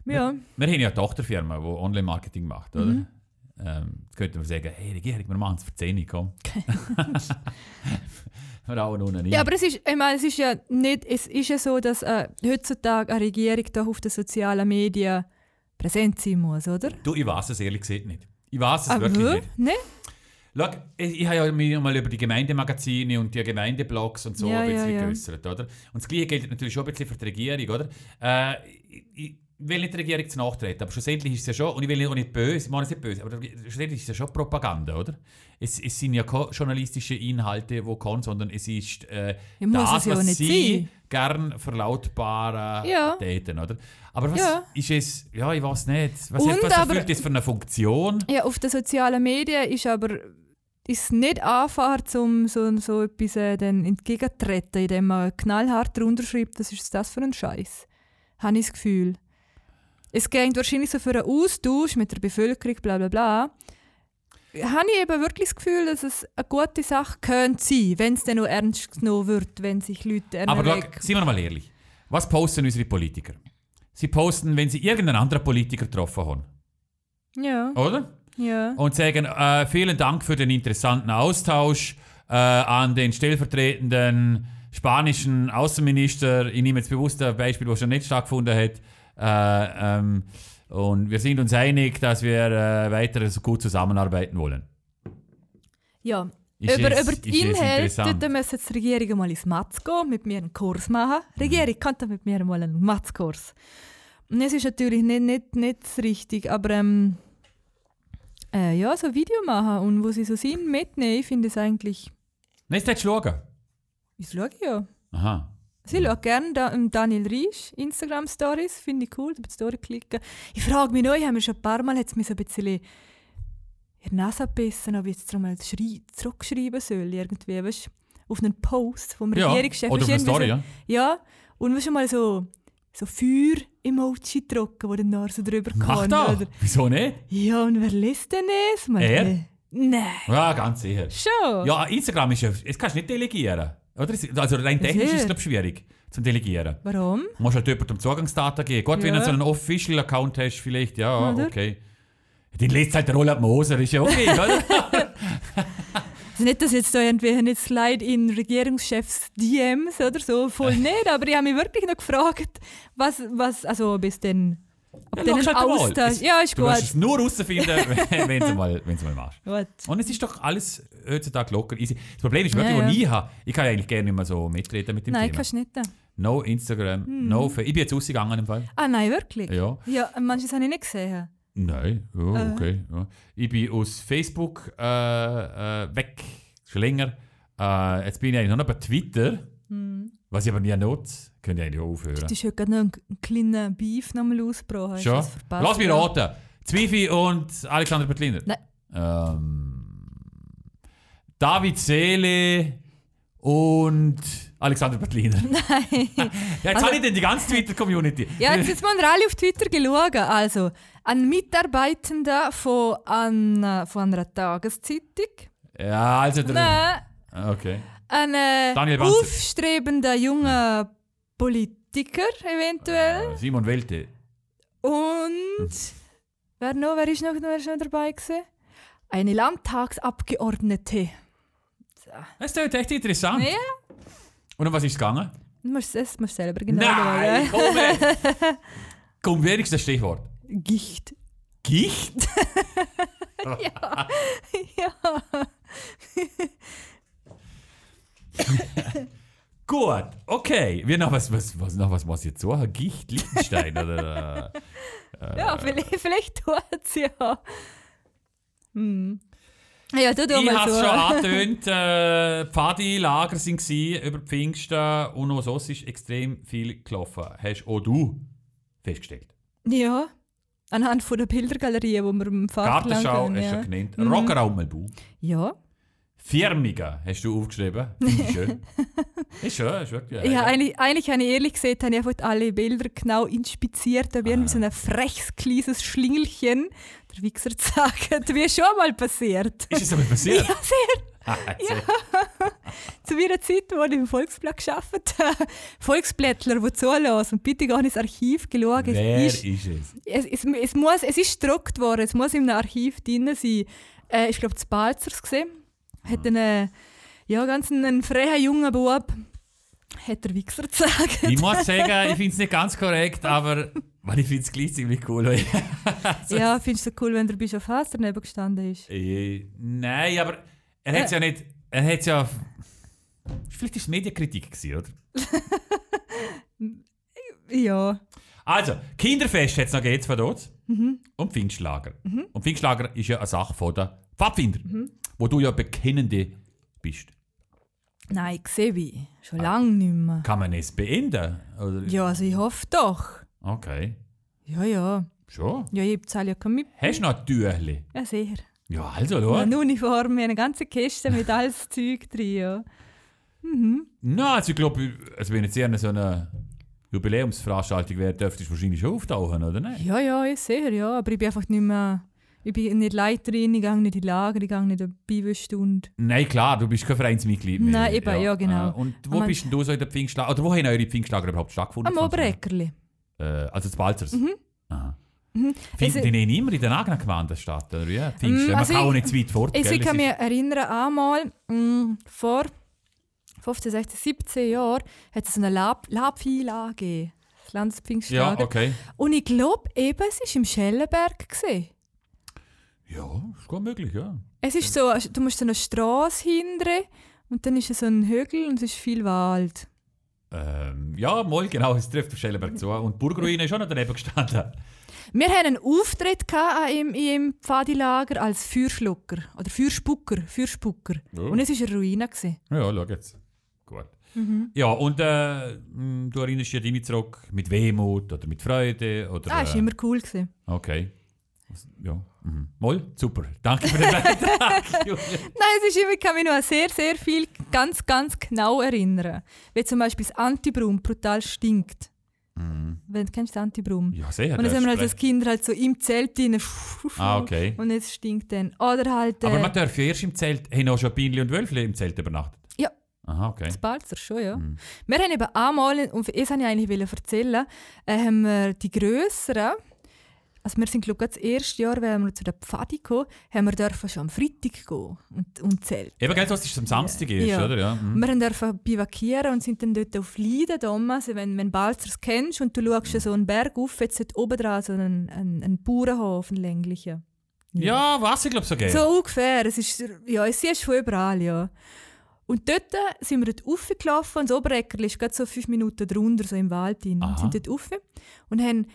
[SPEAKER 2] ja,
[SPEAKER 1] Wir haben ja eine Tochterfirma, die Online-Marketing macht, oder?
[SPEAKER 2] Mhm.
[SPEAKER 1] Ähm, jetzt könnten wir sagen, hey Regierung, wir machen es für 10 Uhr, komm. wir hauen unten rein.
[SPEAKER 2] Ja, aber es ist, ich meine, es ist ja nicht, es ist ja so, dass äh, heutzutage eine Regierung doch auf den sozialen Medien präsent sein muss, oder?
[SPEAKER 1] du, ich weiß es ehrlich gesagt nicht. Ich weiß es
[SPEAKER 2] Ah,
[SPEAKER 1] wirklich
[SPEAKER 2] hä?
[SPEAKER 1] nicht.
[SPEAKER 2] ne?
[SPEAKER 1] Schau, ich, ich habe ja mich mal über die Gemeindemagazine und die Gemeindeblogs und so
[SPEAKER 2] Ja,
[SPEAKER 1] ein bisschen
[SPEAKER 2] ja, ja.
[SPEAKER 1] geäussert, oder? Und das Gleiche gilt natürlich schon ein bisschen für die Regierung, oder? Äh, ich, ich, ich will nicht der Regierung zu nachtreten, aber schlussendlich ist es ja schon, und ich will nicht, auch nicht böse, ich meine es nicht böse, aber schlussendlich ist es ja schon Propaganda, oder? Es, es sind ja keine journalistischen Inhalte, die kommen, sondern es ist äh,
[SPEAKER 2] Ja, muss
[SPEAKER 1] das,
[SPEAKER 2] es ja
[SPEAKER 1] was
[SPEAKER 2] auch nicht
[SPEAKER 1] sie
[SPEAKER 2] sein.
[SPEAKER 1] gern verlautbaren
[SPEAKER 2] Ja.
[SPEAKER 1] täten, oder? Aber was
[SPEAKER 2] Ja.
[SPEAKER 1] ist es, ja, ich weiß nicht, was,
[SPEAKER 2] Und
[SPEAKER 1] hat, was
[SPEAKER 2] aber-
[SPEAKER 1] erfüllt das für eine Funktion?
[SPEAKER 2] Ja, auf den sozialen Medien ist aber ist nicht anfahrt, um so, so etwas äh, dann entgegenzutreten, indem man knallhart darunter schreibt, was ist das für ein Scheiß? Habe ich das Gefühl. Es geht wahrscheinlich so für einen Austausch mit der Bevölkerung, bla bla bla. Habe ich eben wirklich das Gefühl, dass es eine gute Sache könnte sein, wenn es dann noch ernst genommen wird, wenn sich Leute
[SPEAKER 1] Aber schau,
[SPEAKER 2] ernähren.
[SPEAKER 1] seien wir mal ehrlich, was posten unsere Politiker? Sie posten, wenn sie irgendeinen anderen Politiker getroffen haben,
[SPEAKER 2] Ja,
[SPEAKER 1] oder?
[SPEAKER 2] ja.
[SPEAKER 1] und sagen äh, vielen Dank für den interessanten Austausch äh, an den stellvertretenden spanischen Außenminister. Ich nehme jetzt bewusst ein Beispiel, das schon nicht stattgefunden hat. Äh, ähm, und wir sind uns einig, dass wir äh, weiter so gut zusammenarbeiten wollen.
[SPEAKER 2] ja.
[SPEAKER 1] Ist
[SPEAKER 2] über,
[SPEAKER 1] es-
[SPEAKER 2] über
[SPEAKER 1] ist
[SPEAKER 2] die
[SPEAKER 1] es
[SPEAKER 2] Inhalte
[SPEAKER 1] interessant?
[SPEAKER 2] da müssen jetzt die Regierung mal ins Matz gehen, mit mir einen Kurs machen.
[SPEAKER 1] Mhm.
[SPEAKER 2] Regierung, kann doch mit mir mal einen Matzkurs. Und es ist natürlich nicht, nicht, nicht so richtig, aber ähm, äh, ja, so ein Video machen und wo sie so sind, mitnehmen, ich finde es eigentlich,
[SPEAKER 1] Nächstes hättest du schauen.
[SPEAKER 2] ich schaue ja.
[SPEAKER 1] Aha.
[SPEAKER 2] Sie schaut gerne da, ähm, Daniel Riesch, Instagram-Stories, finde ich cool, da die Story klicken. Ich frage mich noch, ich habe mir schon ein paar Mal hat's mich so ein bisschen in die Nase gebissen, ob ich jetzt mal zurückschreiben soll, irgendwie, weißt, du, auf einen Post vom
[SPEAKER 1] Ja.
[SPEAKER 2] Regierungschef.
[SPEAKER 1] Oder
[SPEAKER 2] Weisst
[SPEAKER 1] auf
[SPEAKER 2] du,
[SPEAKER 1] eine
[SPEAKER 2] irgendwie
[SPEAKER 1] Story,
[SPEAKER 2] so,
[SPEAKER 1] ja.
[SPEAKER 2] ja, und wir schon mal so, so Feuer-Emoji drucken, wo dann nachher so drüber
[SPEAKER 1] Mach
[SPEAKER 2] kommt,
[SPEAKER 1] das.
[SPEAKER 2] oder-
[SPEAKER 1] Wieso nicht?
[SPEAKER 2] Ja, und wer liest denn das? Man,
[SPEAKER 1] Er?
[SPEAKER 2] äh, Nein,
[SPEAKER 1] Ja, ganz sicher.
[SPEAKER 2] schon.
[SPEAKER 1] Ja, Instagram ist ja... Das kannst du nicht delegieren. Oder? Also rein technisch ist es,
[SPEAKER 2] Sicher.
[SPEAKER 1] glaube ich, schwierig zum Delegieren.
[SPEAKER 2] Warum?
[SPEAKER 1] Du musst halt jemandem Zugangsdaten geben. Gott, wenn
[SPEAKER 2] Ja.
[SPEAKER 1] du so einen Official-Account hast, vielleicht, ja,
[SPEAKER 2] Oder?
[SPEAKER 1] okay. Den liest halt der Roland Moser, ist ja okay, oder?
[SPEAKER 2] Also nicht, dass jetzt da irgendwie nicht Slide in Regierungschefs DMs oder so, voll nicht, aber ich habe mich wirklich noch gefragt, was, was also bis denn, ob
[SPEAKER 1] Ja,
[SPEAKER 2] denn
[SPEAKER 1] lachst
[SPEAKER 2] ein
[SPEAKER 1] halt mal.
[SPEAKER 2] Austausch,
[SPEAKER 1] Es-
[SPEAKER 2] ja ist
[SPEAKER 1] Du wirst
[SPEAKER 2] gut.
[SPEAKER 1] es nur herausfinden, wenn du mal, wenn du mal machst.
[SPEAKER 2] gut.
[SPEAKER 1] Und es ist doch alles heutzutage locker easy. Das Problem ist wirklich,
[SPEAKER 2] Ja,
[SPEAKER 1] was
[SPEAKER 2] ja.
[SPEAKER 1] ich habe, ich kann eigentlich gerne nicht mehr so mitreden mit dem
[SPEAKER 2] Nein, Hm.
[SPEAKER 1] Thema.
[SPEAKER 2] kannst du nicht.
[SPEAKER 1] No Instagram, no Facebook. Ich bin jetzt rausgegangen im Fall.
[SPEAKER 2] Ah nein, wirklich?
[SPEAKER 1] Ja.
[SPEAKER 2] Ja, manches habe ich nicht gesehen.
[SPEAKER 1] Nein, oh,
[SPEAKER 2] Äh.
[SPEAKER 1] okay. Ja. Ich bin aus Facebook äh, äh, weg, schon länger. Äh, jetzt bin ich eigentlich noch bei Twitter, was ich aber nie nutze. Könnte ich eigentlich auch aufhören.
[SPEAKER 2] Hm. Du hast heute gerade noch einen, einen kleinen Beef nochmal ausgebrochen. Hast du
[SPEAKER 1] Schon?
[SPEAKER 2] das verpasst?
[SPEAKER 1] Lass mich
[SPEAKER 2] Ja.
[SPEAKER 1] raten. Zwifi und Alexander Bettliner.
[SPEAKER 2] Nein.
[SPEAKER 1] Ähm, David Seele und Alexander Bettliner.
[SPEAKER 2] Nein. also
[SPEAKER 1] Ja, jetzt habe ich denn die ganze Twitter-Community.
[SPEAKER 2] Ja, jetzt, jetzt müssen wir alle auf Twitter schauen. Also, ein Mitarbeitender von einer, von einer Tageszeitung.
[SPEAKER 1] Ja, also der.
[SPEAKER 2] Nein.
[SPEAKER 1] Okay.
[SPEAKER 2] ein äh,
[SPEAKER 1] Daniel Banzer.
[SPEAKER 2] aufstrebender junger Politiker eventuell.
[SPEAKER 1] Äh, Simon Welte. Mhm.
[SPEAKER 2] Und wer noch, wer ist noch, wer ist noch dabei gewesen? Eine Landtagsabgeordnete.
[SPEAKER 1] Das ist echt interessant.
[SPEAKER 2] Ja.
[SPEAKER 1] Und um was ist es gegangen?
[SPEAKER 2] Du musst es musst selber genau
[SPEAKER 1] Nein,
[SPEAKER 2] schauen,
[SPEAKER 1] komm jetzt. Komm, wenigstens das Stichwort.
[SPEAKER 2] ja. Gicht.
[SPEAKER 1] Gicht?
[SPEAKER 2] ja.
[SPEAKER 1] Gut, okay. Wir noch was, was, was, noch was muss ich jetzt suchen? Gicht, Liechtenstein oder... Äh,
[SPEAKER 2] ja, vielleicht, vielleicht tut es ja. Hm. Ja, du tu
[SPEAKER 1] ich
[SPEAKER 2] mal
[SPEAKER 1] habe
[SPEAKER 2] so.
[SPEAKER 1] es schon angetönt. Äh, Pfadi, Lager sind gsi über die Pfingsten und auch sonst ist extrem viel gelaufen. Hast auch du festgestellt.
[SPEAKER 2] Ja. Anhand von der Bildergalerie, wo wir im Fahrrad
[SPEAKER 1] Gartenschau
[SPEAKER 2] lang
[SPEAKER 1] hast du
[SPEAKER 2] ja.
[SPEAKER 1] schon genannt. Mhm. Rockeraumelbau.
[SPEAKER 2] ja.
[SPEAKER 1] Firmiga hast du aufgeschrieben. Finde ich schön. ist schön, ist wirklich. äh,
[SPEAKER 2] Ja, eigentlich, eigentlich habe ich ehrlich gesagt, habe ich einfach alle Bilder genau inspiziert. Da wären wie so ein freches, kleines Schlingelchen. Der Wichser sagt, wie schon mal passiert.
[SPEAKER 1] Ist es aber passiert?
[SPEAKER 2] Ja, sehr.
[SPEAKER 1] Also,
[SPEAKER 2] Zu meiner Zeit, wo ich im Volksblatt gearbeitet habe. Volksblättler, die zulassen und bitte gar ins Archiv geschaut. Es
[SPEAKER 1] Wer
[SPEAKER 2] ist,
[SPEAKER 1] ist es?
[SPEAKER 2] es, es, es, muss, es ist gedruckt worden, es muss im Archiv drin sein. Äh, ich glaube, das Balzers gesehen. Hat einen, ja, ganz einen, einen freien jungen Bub. Hat der Wichser gesagt.
[SPEAKER 1] Ich muss sagen, ich finde es nicht ganz korrekt, aber weil ich finde es gleich ziemlich cool. weil-
[SPEAKER 2] Ja, findest du so cool, wenn der Bischof Haas daneben gestanden ist?
[SPEAKER 1] Äh, Nein, aber er hat es ja nicht. Er hat ja. Vielleicht ist es Medienkritik, gewesen, oder?
[SPEAKER 2] Ja.
[SPEAKER 1] Also, Kinderfest jetzt noch geht's von dort. Und Pfingstlager. Und Pfingstlager ist ja eine Sache von der Pfadfinder, wo du ja Bekennende bist.
[SPEAKER 2] Nein, sehe ich. Schon lange nicht mehr.
[SPEAKER 1] Kann man es beenden? Oder?
[SPEAKER 2] Ah. Ja, also ich hoffe doch.
[SPEAKER 1] Okay,
[SPEAKER 2] Ja, ja.
[SPEAKER 1] schon.
[SPEAKER 2] Ja, ich zahle ja kein mit.
[SPEAKER 1] Hast du noch ein Tüchli?
[SPEAKER 2] Ja, sehr.
[SPEAKER 1] Ja, also, schau.
[SPEAKER 2] Ja, eine Uniform, eine ganze Kiste mit alles Zeug drin. Ja.
[SPEAKER 1] Nein, also ich glaube, also wenn jetzt eher so eine Jubiläumsveranstaltung wäre, dürftest du wahrscheinlich schon auftauchen, oder nicht?
[SPEAKER 2] ja, ja, ich sehe, ja. Aber ich bin einfach nicht mehr. Ich bin nicht Leiterin, ich gehe nicht in die Lager, ich gehe nicht in die Bibelstunde.
[SPEAKER 1] Nein, klar, du bist kein Vereinsmitglied mehr.
[SPEAKER 2] Nein, eben, ja, genau.
[SPEAKER 1] Äh, Und wo
[SPEAKER 2] Aber-
[SPEAKER 1] bist denn du so in der Pfingstlager, oder wo haben eure Pfingstlager überhaupt stattgefunden?
[SPEAKER 2] Am Obereckerli.
[SPEAKER 1] Äh, also das Balzers? Mhm. Aha. Finden
[SPEAKER 2] Also-
[SPEAKER 1] die nicht immer in den eigenen Gemeinden statt, oder wie? Pfingsten,
[SPEAKER 2] Mm,
[SPEAKER 1] man
[SPEAKER 2] also
[SPEAKER 1] kann
[SPEAKER 2] ich-
[SPEAKER 1] auch nicht zu weit fort,
[SPEAKER 2] Also
[SPEAKER 1] gell?
[SPEAKER 2] ich kann
[SPEAKER 1] Es
[SPEAKER 2] mich erinnern, einmal mh, vor 15, 16, 17 Jahren hat es eine Lab Labfila gegeben. Das
[SPEAKER 1] ist- Ja,
[SPEAKER 2] Landespfingstlager.
[SPEAKER 1] okay.
[SPEAKER 2] Und ich glaube eben, es war im Schellenberg. Gewesen.
[SPEAKER 1] Ja, ist gut möglich, ja.
[SPEAKER 2] Es ist so, also, du musst so eine Straße hindern und dann ist es so ein Hügel und es ist viel Wald.
[SPEAKER 1] Ähm, ja, mal genau, es trifft auf Schellenberg zu. Und die Burgruine ist auch noch daneben gestanden.
[SPEAKER 2] Wir hatten einen Auftritt gehabt an ihm, im Pfadilager als Feuerschlucker oder Feuerspucker. Feuerspucker.
[SPEAKER 1] Ja.
[SPEAKER 2] Und es war eine Ruine. Gewesen.
[SPEAKER 1] Ja, schau jetzt. Gut.
[SPEAKER 2] Mhm.
[SPEAKER 1] Ja, und äh, mh, du erinnerst dich an deine zurück mit Wehmut oder mit Freude? Oder,
[SPEAKER 2] Ah, es
[SPEAKER 1] äh,
[SPEAKER 2] war immer cool. Gewesen.
[SPEAKER 1] Okay. Was- Ja. Mhm. Moll, super. Danke für den Beitrag. Julia.
[SPEAKER 2] Nein, es ist immer, ich kann mich noch an sehr, sehr viel ganz, ganz genau erinnern. Wie zum Beispiel das Antibrum brutal stinkt. Wenn, kennst du das Antibrum?
[SPEAKER 1] Mhm. ja, sehr.
[SPEAKER 2] und
[SPEAKER 1] das
[SPEAKER 2] dann haben wir halt
[SPEAKER 1] ist
[SPEAKER 2] als Kinder halt so im Zelt drin.
[SPEAKER 1] Ah, okay.
[SPEAKER 2] Und es stinkt dann. Oder halt
[SPEAKER 1] Aber
[SPEAKER 2] äh,
[SPEAKER 1] man darf ja erst im Zelt, haben auch schon Bienli und Wölfli im Zelt übernachtet.
[SPEAKER 2] Ja.
[SPEAKER 1] Aha, okay.
[SPEAKER 2] das Balzer schon, ja.
[SPEAKER 1] Hm.
[SPEAKER 2] Wir haben eben einmal, und das wollte ich eigentlich erzählen, äh, haben wir die Grösseren, also wir sind, glaube ich, das erste Jahr, wenn wir zu der Pfadi gekommen haben wir dürfen schon am Freitag gehen und, und zelten.
[SPEAKER 1] Eben, gell, was ist am Samstag ist,
[SPEAKER 2] Ja.
[SPEAKER 1] oder? Ja. Mhm.
[SPEAKER 2] Wir haben dürfen bivakieren und sind dann dort auf Leiden, damals, wenn, wenn Balzers kennst und du
[SPEAKER 1] Mhm.
[SPEAKER 2] schaust so einen Berg auf, jetzt hat oben dran so einen, einen, einen Bauernhof, einen länglichen.
[SPEAKER 1] Ja, was ich glaube so geht.
[SPEAKER 2] So ungefähr, es ist, ja, es siehst du von überall, ja. Und dort sind wir dort raufgelaufen und das Obereckerli ist gerade so fünf Minuten drunter, so im Wald drin.
[SPEAKER 1] Aha.
[SPEAKER 2] Und sind dort rauf und haben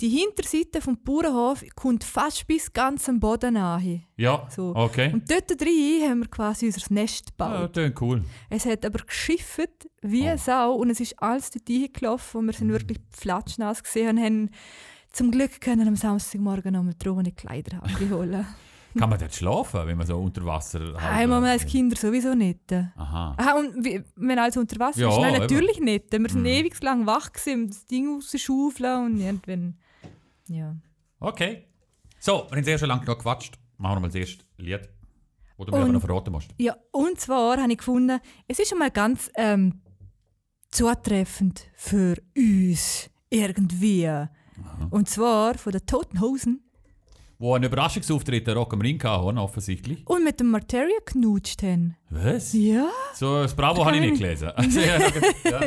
[SPEAKER 2] die Hinterseite vom Bauernhof kommt fast bis ganz am Boden nahe.
[SPEAKER 1] Ja,
[SPEAKER 2] So.
[SPEAKER 1] okay.
[SPEAKER 2] Und dort drin haben wir quasi unser Nest gebaut.
[SPEAKER 1] Ja, tönt cool.
[SPEAKER 2] Es hat aber geschifft wie
[SPEAKER 1] Oh.
[SPEAKER 2] eine Sau und es ist alles dort reingelaufen und wir
[SPEAKER 1] Mhm.
[SPEAKER 2] sind wirklich platschnass gesehen und haben zum Glück können am Samstagmorgen nochmal trockene Kleider abholen.
[SPEAKER 1] Kann man dort schlafen, wenn man so unter Wasser
[SPEAKER 2] Einmal als Kinder sowieso nicht.
[SPEAKER 1] Aha.
[SPEAKER 2] Ah, und wie, wenn alles unter Wasser
[SPEAKER 1] Ja,
[SPEAKER 2] ist? Nein,
[SPEAKER 1] eben. Mhm.
[SPEAKER 2] natürlich nicht. Wir sind ewig lang wach gewesen, um das Ding rauszuschaufeln und irgendwann... Ja.
[SPEAKER 1] Okay. So, wir haben sehr schon lange genug gequatscht. Machen wir mal das erste Lied, wo du mir aber
[SPEAKER 2] Und-
[SPEAKER 1] noch verraten musst.
[SPEAKER 2] ja, und zwar habe ich gefunden, es ist schon mal ganz ähm, zutreffend für uns. Irgendwie. Und zwar von den Toten Hosen.
[SPEAKER 1] Wo ein Überraschungsauftritt der Rock am Ring hatte, offensichtlich.
[SPEAKER 2] Und mit dem Materia geknutscht haben.
[SPEAKER 1] Was?
[SPEAKER 2] Ja.
[SPEAKER 1] So, das Bravo habe ich nicht gelesen. Also, ja, ja.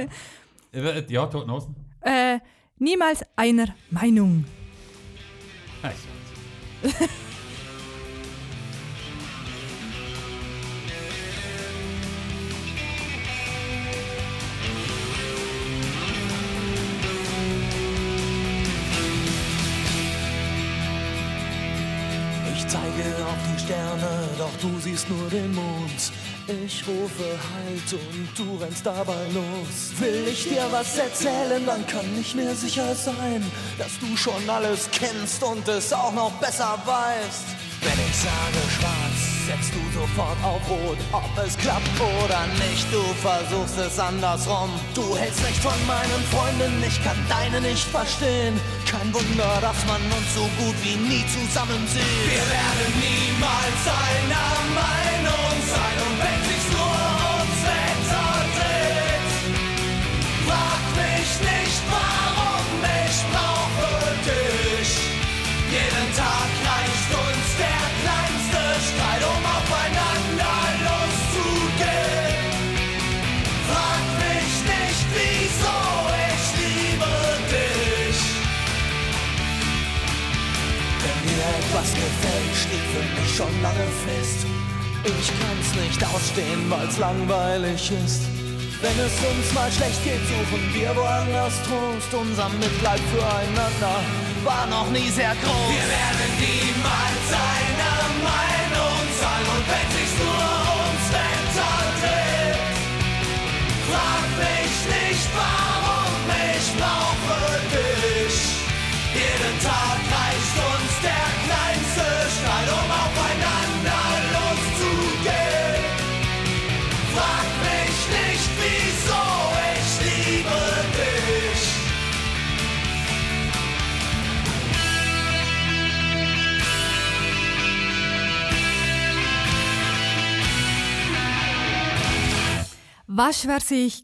[SPEAKER 1] Äh, ja, Toten Hosen.
[SPEAKER 2] Äh, niemals einer Meinung.
[SPEAKER 1] Also.
[SPEAKER 3] Ich zeige auf die Sterne, doch du siehst nur den Mond. Ich rufe halt und du rennst dabei los. Will ich dir was erzählen, dann kann ich mir sicher sein, dass du schon alles kennst und es auch noch besser weißt. Wenn ich sage schwarz, setzt du sofort auf rot, ob es klappt oder nicht, du versuchst es andersrum. Du hältst nicht von meinen Freunden, ich kann deine nicht verstehen. Kein Wunder, dass man uns so gut wie nie zusammen sieht. Wir werden niemals einer Meinung sein und wenn sich's nur ums Wetter dreht, frag mich nicht, warum ich brauche dich. Jeden Tag reicht uns der kleinste Streit, um aufeinander loszugehen. Frag mich nicht, wieso ich liebe dich. Wenn mir etwas gefällt, steht für mich schon lange fest. Ich kann's nicht ausstehen, weil's langweilig ist. Wenn es uns mal schlecht geht, suchen wir woanders Trost. Unser Mitleid füreinander war noch nie sehr groß. Wir werden niemals einer Meinung sein und wenn sich's nur ums Wetter dreht, frag mich nicht, warum ich brauche dich. Jeden Tag reicht uns der kleinste Streit, um aufeinander loszugehen. Frag mich nicht, wieso ich liebe dich.
[SPEAKER 2] Was wäre sich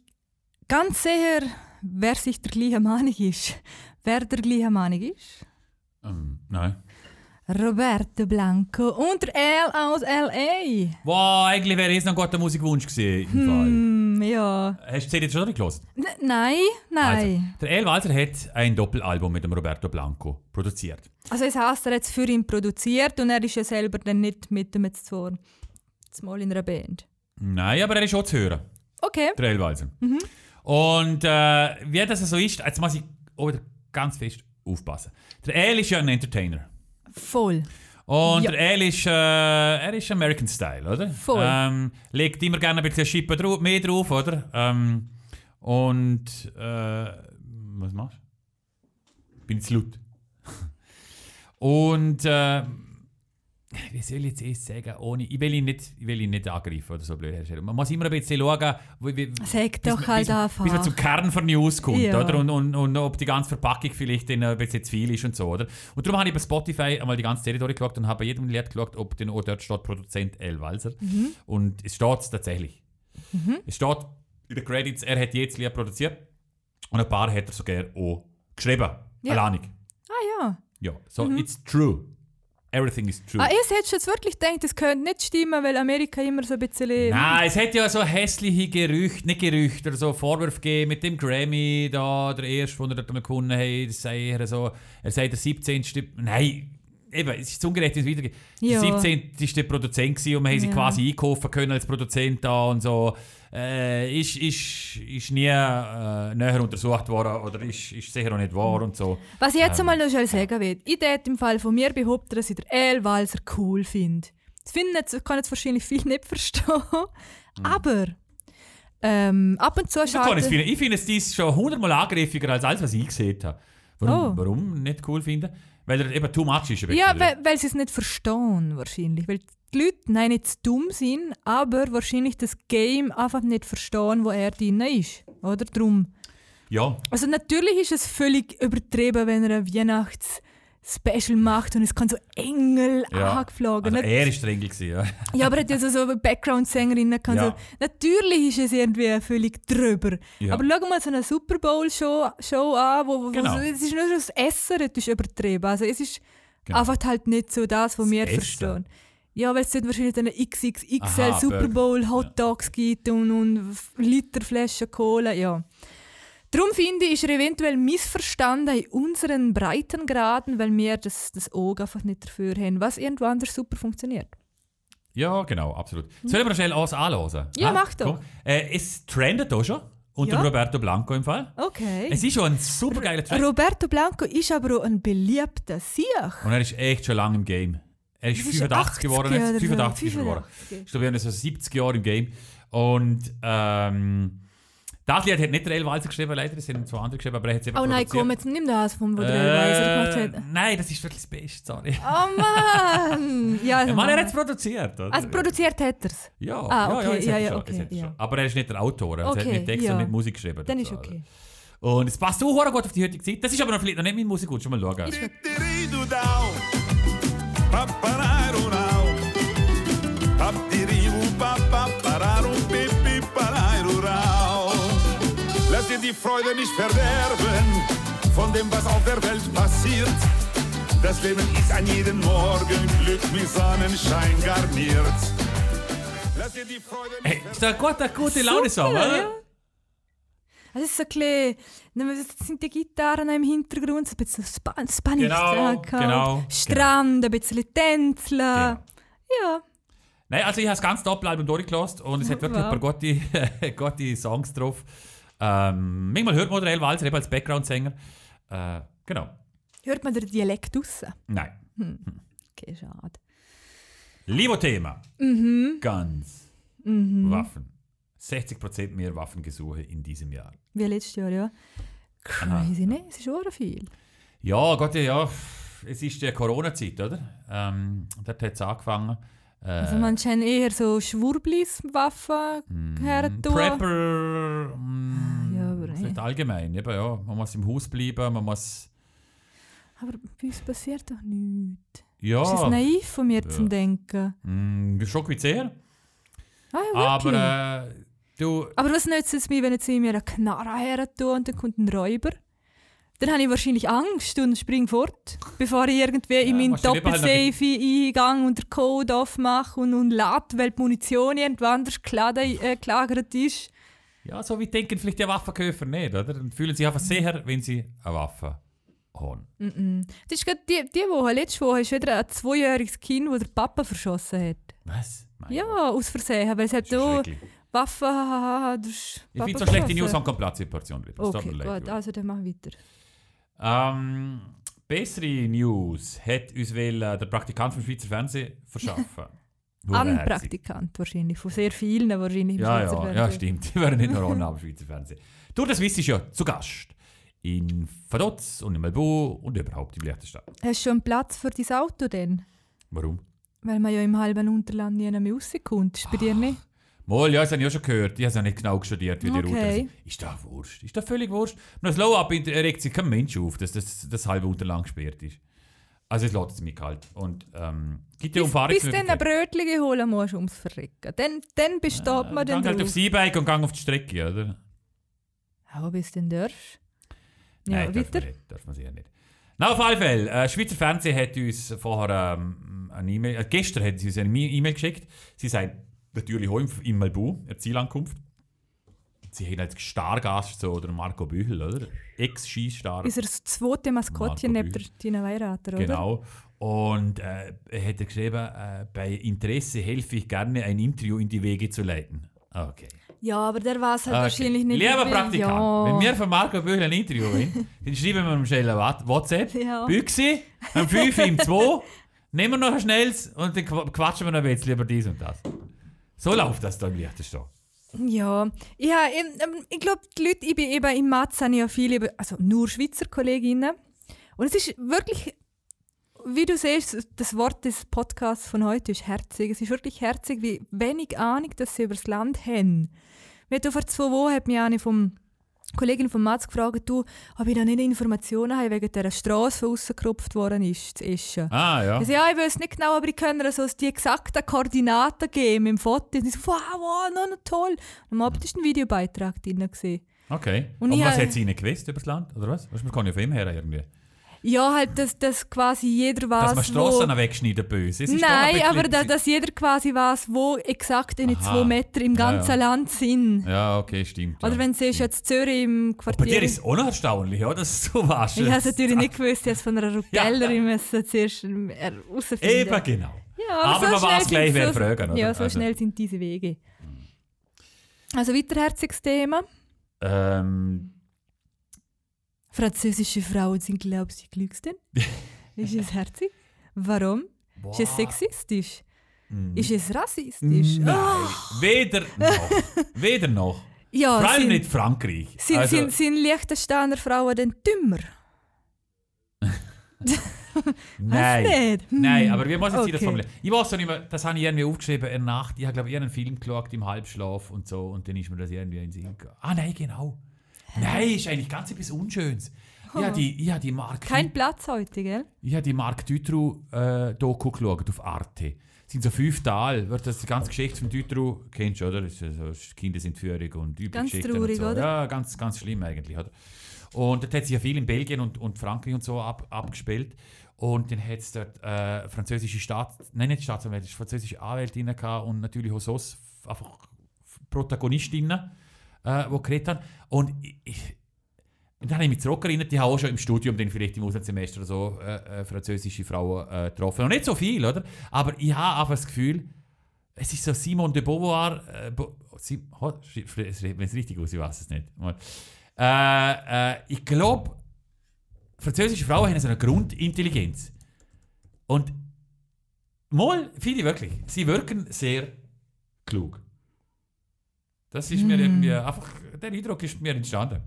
[SPEAKER 2] ganz sicher, wer sich der gleiche Meinung ist? Wer der gleiche Meinung ist?
[SPEAKER 1] Ähm, nein.
[SPEAKER 2] Roberto Blanco und der L aus L.A.
[SPEAKER 1] Wow, eigentlich wäre es noch ein guter Musikwunsch gewesen. Im
[SPEAKER 2] Hm, ja.
[SPEAKER 1] Fall. Hast du die CD jetzt schon durchgelassen?
[SPEAKER 2] N nein,
[SPEAKER 1] Also,
[SPEAKER 2] nein.
[SPEAKER 1] der El Walser hat ein Doppelalbum mit dem Roberto Blanco produziert.
[SPEAKER 2] Also, es heisst, er hat es für ihn produziert und er ist ja selber dann nicht mit dem jetzt vor. Jetzt mal in einer Band.
[SPEAKER 1] Nein, aber er ist auch zu hören.
[SPEAKER 2] Okay.
[SPEAKER 1] Der El Walser.
[SPEAKER 2] Mhm.
[SPEAKER 1] Und äh, wie das so ist, jetzt muss ich auch wieder ganz fest aufpassen. Der El ist ja ein Entertainer.
[SPEAKER 2] Voll.
[SPEAKER 1] Und
[SPEAKER 2] Ja.
[SPEAKER 1] der El ist, äh, er ist American Style, oder?
[SPEAKER 2] Voll.
[SPEAKER 1] Ähm, legt immer gerne ein bisschen Schippe drauf, mehr drauf, oder? Ähm, und äh, was machst du? Bin zu laut. und äh, wie soll ich jetzt erst sagen, ohne, ich will ihn nicht, ich will ihn nicht angreifen oder so blöd herstellen. Man muss immer ein bisschen schauen, wie, wie,
[SPEAKER 2] Sag
[SPEAKER 1] bis
[SPEAKER 2] doch
[SPEAKER 1] man- bis
[SPEAKER 2] halt
[SPEAKER 1] man- Bis man
[SPEAKER 2] einfach.
[SPEAKER 1] zum Kern von News kommt,
[SPEAKER 2] Ja.
[SPEAKER 1] oder? Und, und, und ob die ganze Verpackung vielleicht dann ein bisschen zu viel ist und so, oder? Und darum habe ich bei Spotify einmal die ganze Serie durchgeschaut und habe bei jedem Lied geschaut, ob denn auch dort steht Produzent L. Walser.
[SPEAKER 2] Mhm.
[SPEAKER 1] Und es steht es tatsächlich. Es steht in den Credits, er hat jedes Lied produziert und ein paar hat er sogar auch geschrieben.
[SPEAKER 2] Ja.
[SPEAKER 1] Alleinig.
[SPEAKER 2] Ah, ja.
[SPEAKER 1] Ja. So, it's true. Everything is true.
[SPEAKER 2] Ah, ich hätte jetzt wirklich gedacht, das könnte nicht stimmen, weil Amerika immer so ein bisschen.
[SPEAKER 1] Nein, es hat ja so hässliche Gerüchte, nicht Gerüchte, oder so Vorwürfe gegeben mit dem Grammy da, der erste, den er dort mal gewonnen hat, das sei er so, er sei der 17. Nein, eben, es ist ungerecht, wie es weitergeht.
[SPEAKER 2] Ja.
[SPEAKER 1] Der 17. ist der Produzent gewesen und man hat sie
[SPEAKER 2] Ja.
[SPEAKER 1] quasi einkaufen können als Produzent da und so. Äh, ist, ist, ist nie äh, näher untersucht worden oder ist, ist sicher auch nicht wahr und so.
[SPEAKER 2] Was ich jetzt einmal noch schnell sagen will, ich würde im Fall von mir behaupten, dass ich den El Walser cool finde. Das finden jetzt, kann jetzt wahrscheinlich viele nicht verstehen, aber ähm, ab und zu
[SPEAKER 1] Ich Mhm. kann es
[SPEAKER 2] schalte
[SPEAKER 1] finden. Ich finde es dies schon hundertmal angriffiger als alles, was ich gesehen habe. Warum,
[SPEAKER 2] Oh.
[SPEAKER 1] warum nicht cool finden? Weil er eben too much ist. ein
[SPEAKER 2] Ja,
[SPEAKER 1] bisschen, oder?
[SPEAKER 2] weil, weil sie es nicht verstehen wahrscheinlich. Weil die Leute nein, nicht zu dumm sind, aber wahrscheinlich das Game einfach nicht verstehen, wo er drin ist. Oder drum.
[SPEAKER 1] Ja,
[SPEAKER 2] Also natürlich ist es völlig übertrieben, wenn er ein Weihnachts-Special macht und es kann so Engel
[SPEAKER 1] Ja.
[SPEAKER 2] angeflogen.
[SPEAKER 1] also
[SPEAKER 2] Nat-
[SPEAKER 1] er ist der Engel gewesen, ja.
[SPEAKER 2] Ja, aber er hat ja so, so Background-Sängerinnen. kann
[SPEAKER 1] Ja.
[SPEAKER 2] So, natürlich ist es irgendwie völlig drüber.
[SPEAKER 1] Ja.
[SPEAKER 2] Aber schau mal so eine Super Bowl-Show Show an, wo, wo
[SPEAKER 1] Genau.
[SPEAKER 2] so, es ist nur so das Essen das ist übertrieben. Also es ist
[SPEAKER 1] Genau.
[SPEAKER 2] einfach halt nicht so das, was wir
[SPEAKER 1] Essen.
[SPEAKER 2] verstehen. Ja, weil es dort wahrscheinlich dann XXXL
[SPEAKER 1] Aha,
[SPEAKER 2] Super
[SPEAKER 1] Burger.
[SPEAKER 2] Bowl Hot Dogs gibt und, und Liter Flaschen Cola, ja. Darum finde ich, ist er eventuell missverstanden in unseren Breitengraden, weil wir das, das Auge einfach nicht dafür haben, was irgendwo anders super funktioniert.
[SPEAKER 1] ja, genau, absolut. Sollen wir schnell alles anhören?
[SPEAKER 2] Ja, mach doch.
[SPEAKER 1] komm. Äh, es trendet auch schon, unter
[SPEAKER 2] Ja.
[SPEAKER 1] Roberto Blanco im Fall.
[SPEAKER 2] Okay.
[SPEAKER 1] Es ist schon ein super geiler Track.
[SPEAKER 2] Roberto Blanco ist aber auch ein beliebter Sieg.
[SPEAKER 1] Und er ist echt schon lange im Game. Er ist
[SPEAKER 2] Das ist
[SPEAKER 1] 85 geworden,
[SPEAKER 2] 80er
[SPEAKER 1] jetzt
[SPEAKER 2] oder so.
[SPEAKER 1] 85 ist er geworden.
[SPEAKER 2] 85.
[SPEAKER 1] Ich glaube, er ist so 70 Jahre im Game. Und ähm, das Lied hat nicht der El Walser geschrieben, leider, es haben zwei andere geschrieben, aber er hat es eben
[SPEAKER 2] Oh nein, komm,
[SPEAKER 1] produziert.
[SPEAKER 2] jetzt nimm das von, wo der Weiser
[SPEAKER 1] äh,
[SPEAKER 2] gemacht hat.
[SPEAKER 1] Nein, das ist wirklich das Beste, sorry.
[SPEAKER 2] Oh Mann! Ja, also
[SPEAKER 1] Ja, Mann, er hat es produziert. Oder?
[SPEAKER 2] Also produziert hat er es.
[SPEAKER 1] Ja,
[SPEAKER 2] Ah, okay,
[SPEAKER 1] ja, ja,
[SPEAKER 2] ja, ja,
[SPEAKER 1] ja,
[SPEAKER 2] okay,
[SPEAKER 1] okay,
[SPEAKER 2] ja.
[SPEAKER 1] schon. Aber er ist nicht der Autor, also er hat
[SPEAKER 2] Okay,
[SPEAKER 1] nicht Text
[SPEAKER 2] ja.
[SPEAKER 1] und nicht Musik geschrieben.
[SPEAKER 2] Dann
[SPEAKER 1] und
[SPEAKER 2] ist
[SPEAKER 1] so,
[SPEAKER 2] okay.
[SPEAKER 1] also. Und es passt auch verdammt gut auf die heutige Zeit. Das ist aber noch vielleicht noch nicht mein Musikgut, schon mal schauen.
[SPEAKER 2] Ist-
[SPEAKER 4] Didgeridoo down, papararo now, papdiribu papararo pipi pararo rau. Lasst ihr die Freude nicht verderben von dem, was auf der Welt passiert. Das Leben ist an jedem Morgen Glück mit Sonnenschein garniert. Lasst ihr die Freude nicht
[SPEAKER 1] Hey, ist doch ein guter, gute Laune-Song,
[SPEAKER 2] Super,
[SPEAKER 1] oder?
[SPEAKER 2] ja. Also es ist so ein bisschen, jetzt sind die Gitarren im Hintergrund, so ein bisschen Span halt. Spanisch
[SPEAKER 1] Genau,
[SPEAKER 2] dran gehabt.
[SPEAKER 1] genau,
[SPEAKER 2] Strand, ein bisschen tänzeln.
[SPEAKER 1] Genau.
[SPEAKER 2] Ah, Ja,
[SPEAKER 1] Nein, also ich habe das ganze Doppelalbum durchgelost und es hat wirklich
[SPEAKER 2] Wow.
[SPEAKER 1] ein paar gute, gute Songs drauf. Ähm, manchmal hört man den El Walzer eben als Background-Sänger. Äh, genau.
[SPEAKER 2] Hört man den Dialekt raus?
[SPEAKER 1] Nein.
[SPEAKER 2] Okay, schade.
[SPEAKER 1] Liebe Thema. Mhm. Ganz.
[SPEAKER 2] Mhm,
[SPEAKER 1] Waffen. 60% mehr Waffengesuche in diesem Jahr.
[SPEAKER 2] Wie letztes Jahr, ja. Crazy, ne? Es ist schon viel.
[SPEAKER 1] Äh. Ja, Gott, ja, pff, es ist die Corona-Zeit, oder? Ähm, dort hat es angefangen. Äh,
[SPEAKER 2] Also man scheint eher so Schwurblis-Waffen
[SPEAKER 1] Mm,
[SPEAKER 2] herzutun.
[SPEAKER 1] Prepper, mm,
[SPEAKER 2] Ja, aber
[SPEAKER 1] ist
[SPEAKER 2] eh.
[SPEAKER 1] nicht allgemein. Eben, ja. Man muss im Haus bleiben, man muss.
[SPEAKER 2] Aber bei uns passiert doch nichts.
[SPEAKER 1] Ja,
[SPEAKER 2] Ist das naiv von mir
[SPEAKER 1] Ah. Ja.
[SPEAKER 2] zu denken?
[SPEAKER 1] mm, schon wie sehr.
[SPEAKER 2] Ah, ja, wirklich? Aber,
[SPEAKER 1] Aber äh, du,
[SPEAKER 2] was nützt es mir, wenn jetzt ich mir eine Knarre herzutun und dann kommt ein Räuber? Dann habe ich wahrscheinlich Angst und springe fort, bevor ich irgendwie in meinen
[SPEAKER 1] musst du lieber halt noch
[SPEAKER 2] Doppelsafe-Eingang und den Code aufmache und, und lade, weil die Munition irgendwo anders gelagert äh, gelagert ist.
[SPEAKER 1] ja, so wie denken vielleicht die Waffenkäufer nicht, oder? Dann fühlen sich einfach sicher, wenn sie eine Waffe haben.
[SPEAKER 2] Das ist gerade die, die Woche, letzte Woche, ist wieder ein zweijähriges Kind, das der Papa verschossen hat.
[SPEAKER 1] Was? Mein Gott,
[SPEAKER 2] Ja, aus Versehen, weil es hat
[SPEAKER 1] Ah, das ist
[SPEAKER 2] so
[SPEAKER 1] schrecklich.
[SPEAKER 2] Waffen... hahaha, der ist
[SPEAKER 1] Ich finde
[SPEAKER 2] Papa
[SPEAKER 1] so schlechte
[SPEAKER 2] verschossen.
[SPEAKER 1] News haben keinen Platz in der Portion. Liebe. Es tut
[SPEAKER 2] Okay,
[SPEAKER 1] mir leid,
[SPEAKER 2] gut,
[SPEAKER 1] Juli.
[SPEAKER 2] also dann mach weiter.
[SPEAKER 1] Ähm, bessere News hat uns will, äh, der Praktikant vom Schweizer Fernsehen verschaffen.
[SPEAKER 2] Ein
[SPEAKER 1] Hurenherzig.
[SPEAKER 2] Praktikant wahrscheinlich, von sehr vielen wahrscheinlich im
[SPEAKER 1] Ja,
[SPEAKER 2] Schweizer
[SPEAKER 1] ja, ja,
[SPEAKER 2] Fernsehen.
[SPEAKER 1] stimmt. Wir wären nicht nur ohne am Schweizer Fernsehen. Du, das wisst ihr ja, zu Gast. In Vaduz und in Melbu und überhaupt in Liechtenstein.
[SPEAKER 2] Hast du schon Platz für dein Auto denn?
[SPEAKER 1] Warum?
[SPEAKER 2] Weil man ja im halben Unterland nie mehr rauskommt. Ist bei
[SPEAKER 1] Ah,
[SPEAKER 2] dir nicht?
[SPEAKER 1] Mal, ja, das habe ich ja schon gehört. Ich habe es ja nicht genau studiert, wie die
[SPEAKER 2] Okay.
[SPEAKER 1] Router sind. Ist das Wurscht? Ist das völlig Wurscht? Und das Low-Up regt sich kein Mensch auf, dass das, das halbe Unterland gesperrt ist. Also es lässt es mich kalt. Und ähm, gibt ja
[SPEAKER 2] Bis du dann
[SPEAKER 1] Umfahrungsmöglichkeiten.
[SPEAKER 2] ein Brötchen holen musst, ums Verrecken. Dann, dann besteht man
[SPEAKER 1] Gang
[SPEAKER 2] dann
[SPEAKER 1] halt
[SPEAKER 2] drauf.
[SPEAKER 1] aufs E-Bike und gang auf die Strecke, oder?
[SPEAKER 2] Aber bis du dann darfst. Ja,
[SPEAKER 1] Nein, darf
[SPEAKER 2] weiter.
[SPEAKER 1] man, nicht, darf man sicher nicht. Na, auf alle Fälle, äh, Schweizer Fernsehen hat uns vorher ähm, eine E-Mail, äh, gestern hat sie uns eine Mi- E-Mail geschickt. Sie sagt natürlich auch im, im Malbu, eine Zielankunft. Sie haben als Stargast so, oder Marco Büchel, oder? Ex-Skistar.
[SPEAKER 2] Ist er das zweite Maskottchen
[SPEAKER 1] Marco
[SPEAKER 2] neben der Tina Weirater, oder?
[SPEAKER 1] Genau. Und äh, er hat geschrieben, äh, bei Interesse helfe ich gerne, ein Interview in die Wege zu leiten. Ah, Okay.
[SPEAKER 2] Ja, aber der war es halt
[SPEAKER 1] Okay.
[SPEAKER 2] wahrscheinlich nicht.
[SPEAKER 1] Ah, Lieber
[SPEAKER 2] wirklich-
[SPEAKER 1] Praktikant,
[SPEAKER 2] ja.
[SPEAKER 1] wenn wir von Marco Büchel ein Interview haben, dann schreiben wir ihm schnell eine Wat- WhatsApp.
[SPEAKER 2] Ja.
[SPEAKER 1] Büchse, am 5 im 2, nehmen wir noch ein schnelles und dann qu- quatschen wir noch ein bisschen über dies und das. So läuft das da im Liechtenstein.
[SPEAKER 2] Ja, ja ich, ähm, ich glaube, die Leute, ich bin eben im Matz, habe ich ja viele, eben- also nur Schweizer Kolleginnen. Und es ist wirklich, wie du siehst, das Wort des Podcasts von heute ist herzig. Es ist wirklich herzig, wie wenig Ahnung, dass sie über das Land haben. Mir hat vor zwei Wochen hat mich eine vom Kollegin von Matz gefragt, du, ob ich da nicht Informationen habe wegen dieser Straße, die rausgerupft worden ist, zu Ischen.
[SPEAKER 1] Ah, ja.
[SPEAKER 2] Ich so, ja, ich weiß nicht genau, aber ich kann dir so die exakten Koordinaten geben im Foto. Und ich so, wow, wow, noch noch toll. Und am Abend ist ein Videobeitrag drin. Gewesen.
[SPEAKER 1] Okay.
[SPEAKER 2] Und
[SPEAKER 1] Und,
[SPEAKER 2] ich äh,
[SPEAKER 1] was
[SPEAKER 2] habe-
[SPEAKER 1] hat sie ihnen gewusst über das Land? Oder was? Weißt, man kann ja von ihm her irgendwie.
[SPEAKER 2] Ja, halt, dass, dass quasi jeder
[SPEAKER 1] Dass
[SPEAKER 2] weiß,
[SPEAKER 1] man Strassen wegschneiden bei uns. Es ist doch ein
[SPEAKER 2] Nein,
[SPEAKER 1] bisschen-
[SPEAKER 2] aber da, dass jeder quasi weiß, wo exakt in
[SPEAKER 1] Aha.
[SPEAKER 2] zwei Meter im
[SPEAKER 1] Ja,
[SPEAKER 2] ganzen
[SPEAKER 1] ja.
[SPEAKER 2] Land sind.
[SPEAKER 1] Ja, okay, stimmt.
[SPEAKER 2] Oder
[SPEAKER 1] ja.
[SPEAKER 2] wenn du siehst, jetzt Zürich im
[SPEAKER 1] Bei dir
[SPEAKER 2] Quartier...
[SPEAKER 1] ist es auch noch erstaunlich, ja, dass du so warst.
[SPEAKER 2] ich habe es natürlich nicht gewusst, ich habe es von einer Ruggellerin müssen zuerst ähm, herausfinden.
[SPEAKER 1] Eben genau.
[SPEAKER 2] Ja,
[SPEAKER 1] Aber man
[SPEAKER 2] schnell
[SPEAKER 1] weiß
[SPEAKER 2] sind-
[SPEAKER 1] gleich, wer
[SPEAKER 2] so,
[SPEAKER 1] fragen, oder?
[SPEAKER 2] Ja, so
[SPEAKER 1] Also-
[SPEAKER 2] schnell sind diese Wege. Also weiterherziges Thema.
[SPEAKER 1] Ähm,
[SPEAKER 2] Französische Frauen sind, glaube ich, die klügsten. ist es herzig? Warum? Ist es sexistisch? Ist es rassistisch?
[SPEAKER 1] Hm. Nein,
[SPEAKER 2] Ah,
[SPEAKER 1] weder noch. weder noch.
[SPEAKER 2] ja,
[SPEAKER 1] Vor allem
[SPEAKER 2] Oh, sind,
[SPEAKER 1] nicht Frankreich.
[SPEAKER 2] Sind,
[SPEAKER 1] Also,
[SPEAKER 2] sind, sind Liechtensteiner Frauen denn dümmer?
[SPEAKER 1] nein.
[SPEAKER 2] nicht? Hm.
[SPEAKER 1] Nein, aber wie muss jetzt okay. das
[SPEAKER 2] Okay.
[SPEAKER 1] formulieren? Ich weiß auch nicht mehr, das habe ich irgendwie aufgeschrieben in der Nacht. Ich habe, glaube ich, einen Film geschaut im Halbschlaf und so und dann ist mir das irgendwie in den Sinn gegangen. Ah, nein, genau. Nein, ist eigentlich ganz etwas Unschönes. Ich habe die, ich habe die Mark,
[SPEAKER 2] Oh. Kein Platz heute, gell?
[SPEAKER 1] ich habe die Mark Dutroux äh, Doku geschaut auf Arte. Es sind so fünf Teile. Wird das die ganze Geschichte von Dutroux kennst, du, oder? Das ist ja so, Kinder sind führig und üble
[SPEAKER 2] Ganz
[SPEAKER 1] Geschichten
[SPEAKER 2] traurig,
[SPEAKER 1] und so.
[SPEAKER 2] oder?
[SPEAKER 1] Ja, ganz, ganz schlimm eigentlich, oder? Und dort hat sich ja viel in Belgien und, und Frankreich und so ab, abgespielt. Und dann hat es dort äh, französische Staats... Nein, nicht Staatsanwälte, es ist französische Anwältinnen gehabt und natürlich auch sonst f- einfach f- Protagonistinnen, äh, die geredet haben. Und ich, ich, dann habe ich mich zurückerinnert, ich habe auch schon im Studium, dann vielleicht im Auslandssemester oder so, äh, äh, französische Frauen äh, getroffen. Und nicht so viel, oder? Aber ich habe einfach das Gefühl, Es ist so Simon de Beauvoir. Äh, Bo Sim Ho- schri- schri- schreibt man es richtig aus? Ich weiß es nicht. Mal. Äh, äh, ich glaube, französische Frauen haben so eine Grundintelligenz. Und mal, viele wirklich, sie wirken sehr klug. Das ist mir irgendwie einfach, der Eindruck ist mir entstanden.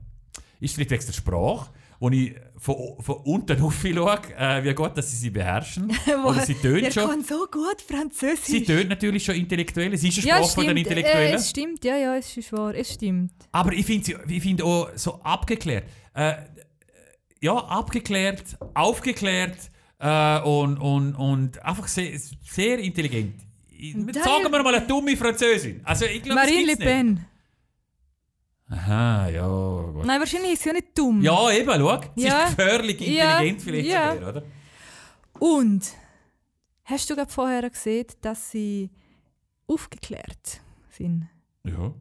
[SPEAKER 1] Ist vielleicht wegen der Sprache, wo ich von, von unten auf schaue, äh, wie gut, dass sie sie beherrschen. Oder sie tönt
[SPEAKER 2] Er
[SPEAKER 1] schon.
[SPEAKER 2] kann so gut Französisch.
[SPEAKER 1] Sie tönt natürlich schon intellektuell, sie ist eine
[SPEAKER 2] ja,
[SPEAKER 1] Sprache
[SPEAKER 2] es
[SPEAKER 1] von den
[SPEAKER 2] stimmt. Äh,
[SPEAKER 1] Intellektuellen.
[SPEAKER 2] es stimmt, ja, ja, es ist wahr. Es stimmt.
[SPEAKER 1] Aber ich finde ich find auch so abgeklärt. Äh, ja, abgeklärt, aufgeklärt äh, und, und, und einfach sehr, sehr intelligent. Ich-
[SPEAKER 2] Daher-
[SPEAKER 1] Sagen wir mal eine dumme Französin. Also ich glaube,
[SPEAKER 2] Marine Le
[SPEAKER 1] Nicht.
[SPEAKER 2] Pen.
[SPEAKER 1] Aha, ja, gut.
[SPEAKER 2] Nein, wahrscheinlich ist sie ja nicht dumm.
[SPEAKER 1] Ja, eben, schau. Sie
[SPEAKER 2] Ja.
[SPEAKER 1] ist gefährlich
[SPEAKER 2] Ja.
[SPEAKER 1] intelligent vielleicht
[SPEAKER 2] Ja.
[SPEAKER 1] sogar, oder?
[SPEAKER 2] Und hast du gerade vorher gesehen, dass sie aufgeklärt sind?
[SPEAKER 1] Ja.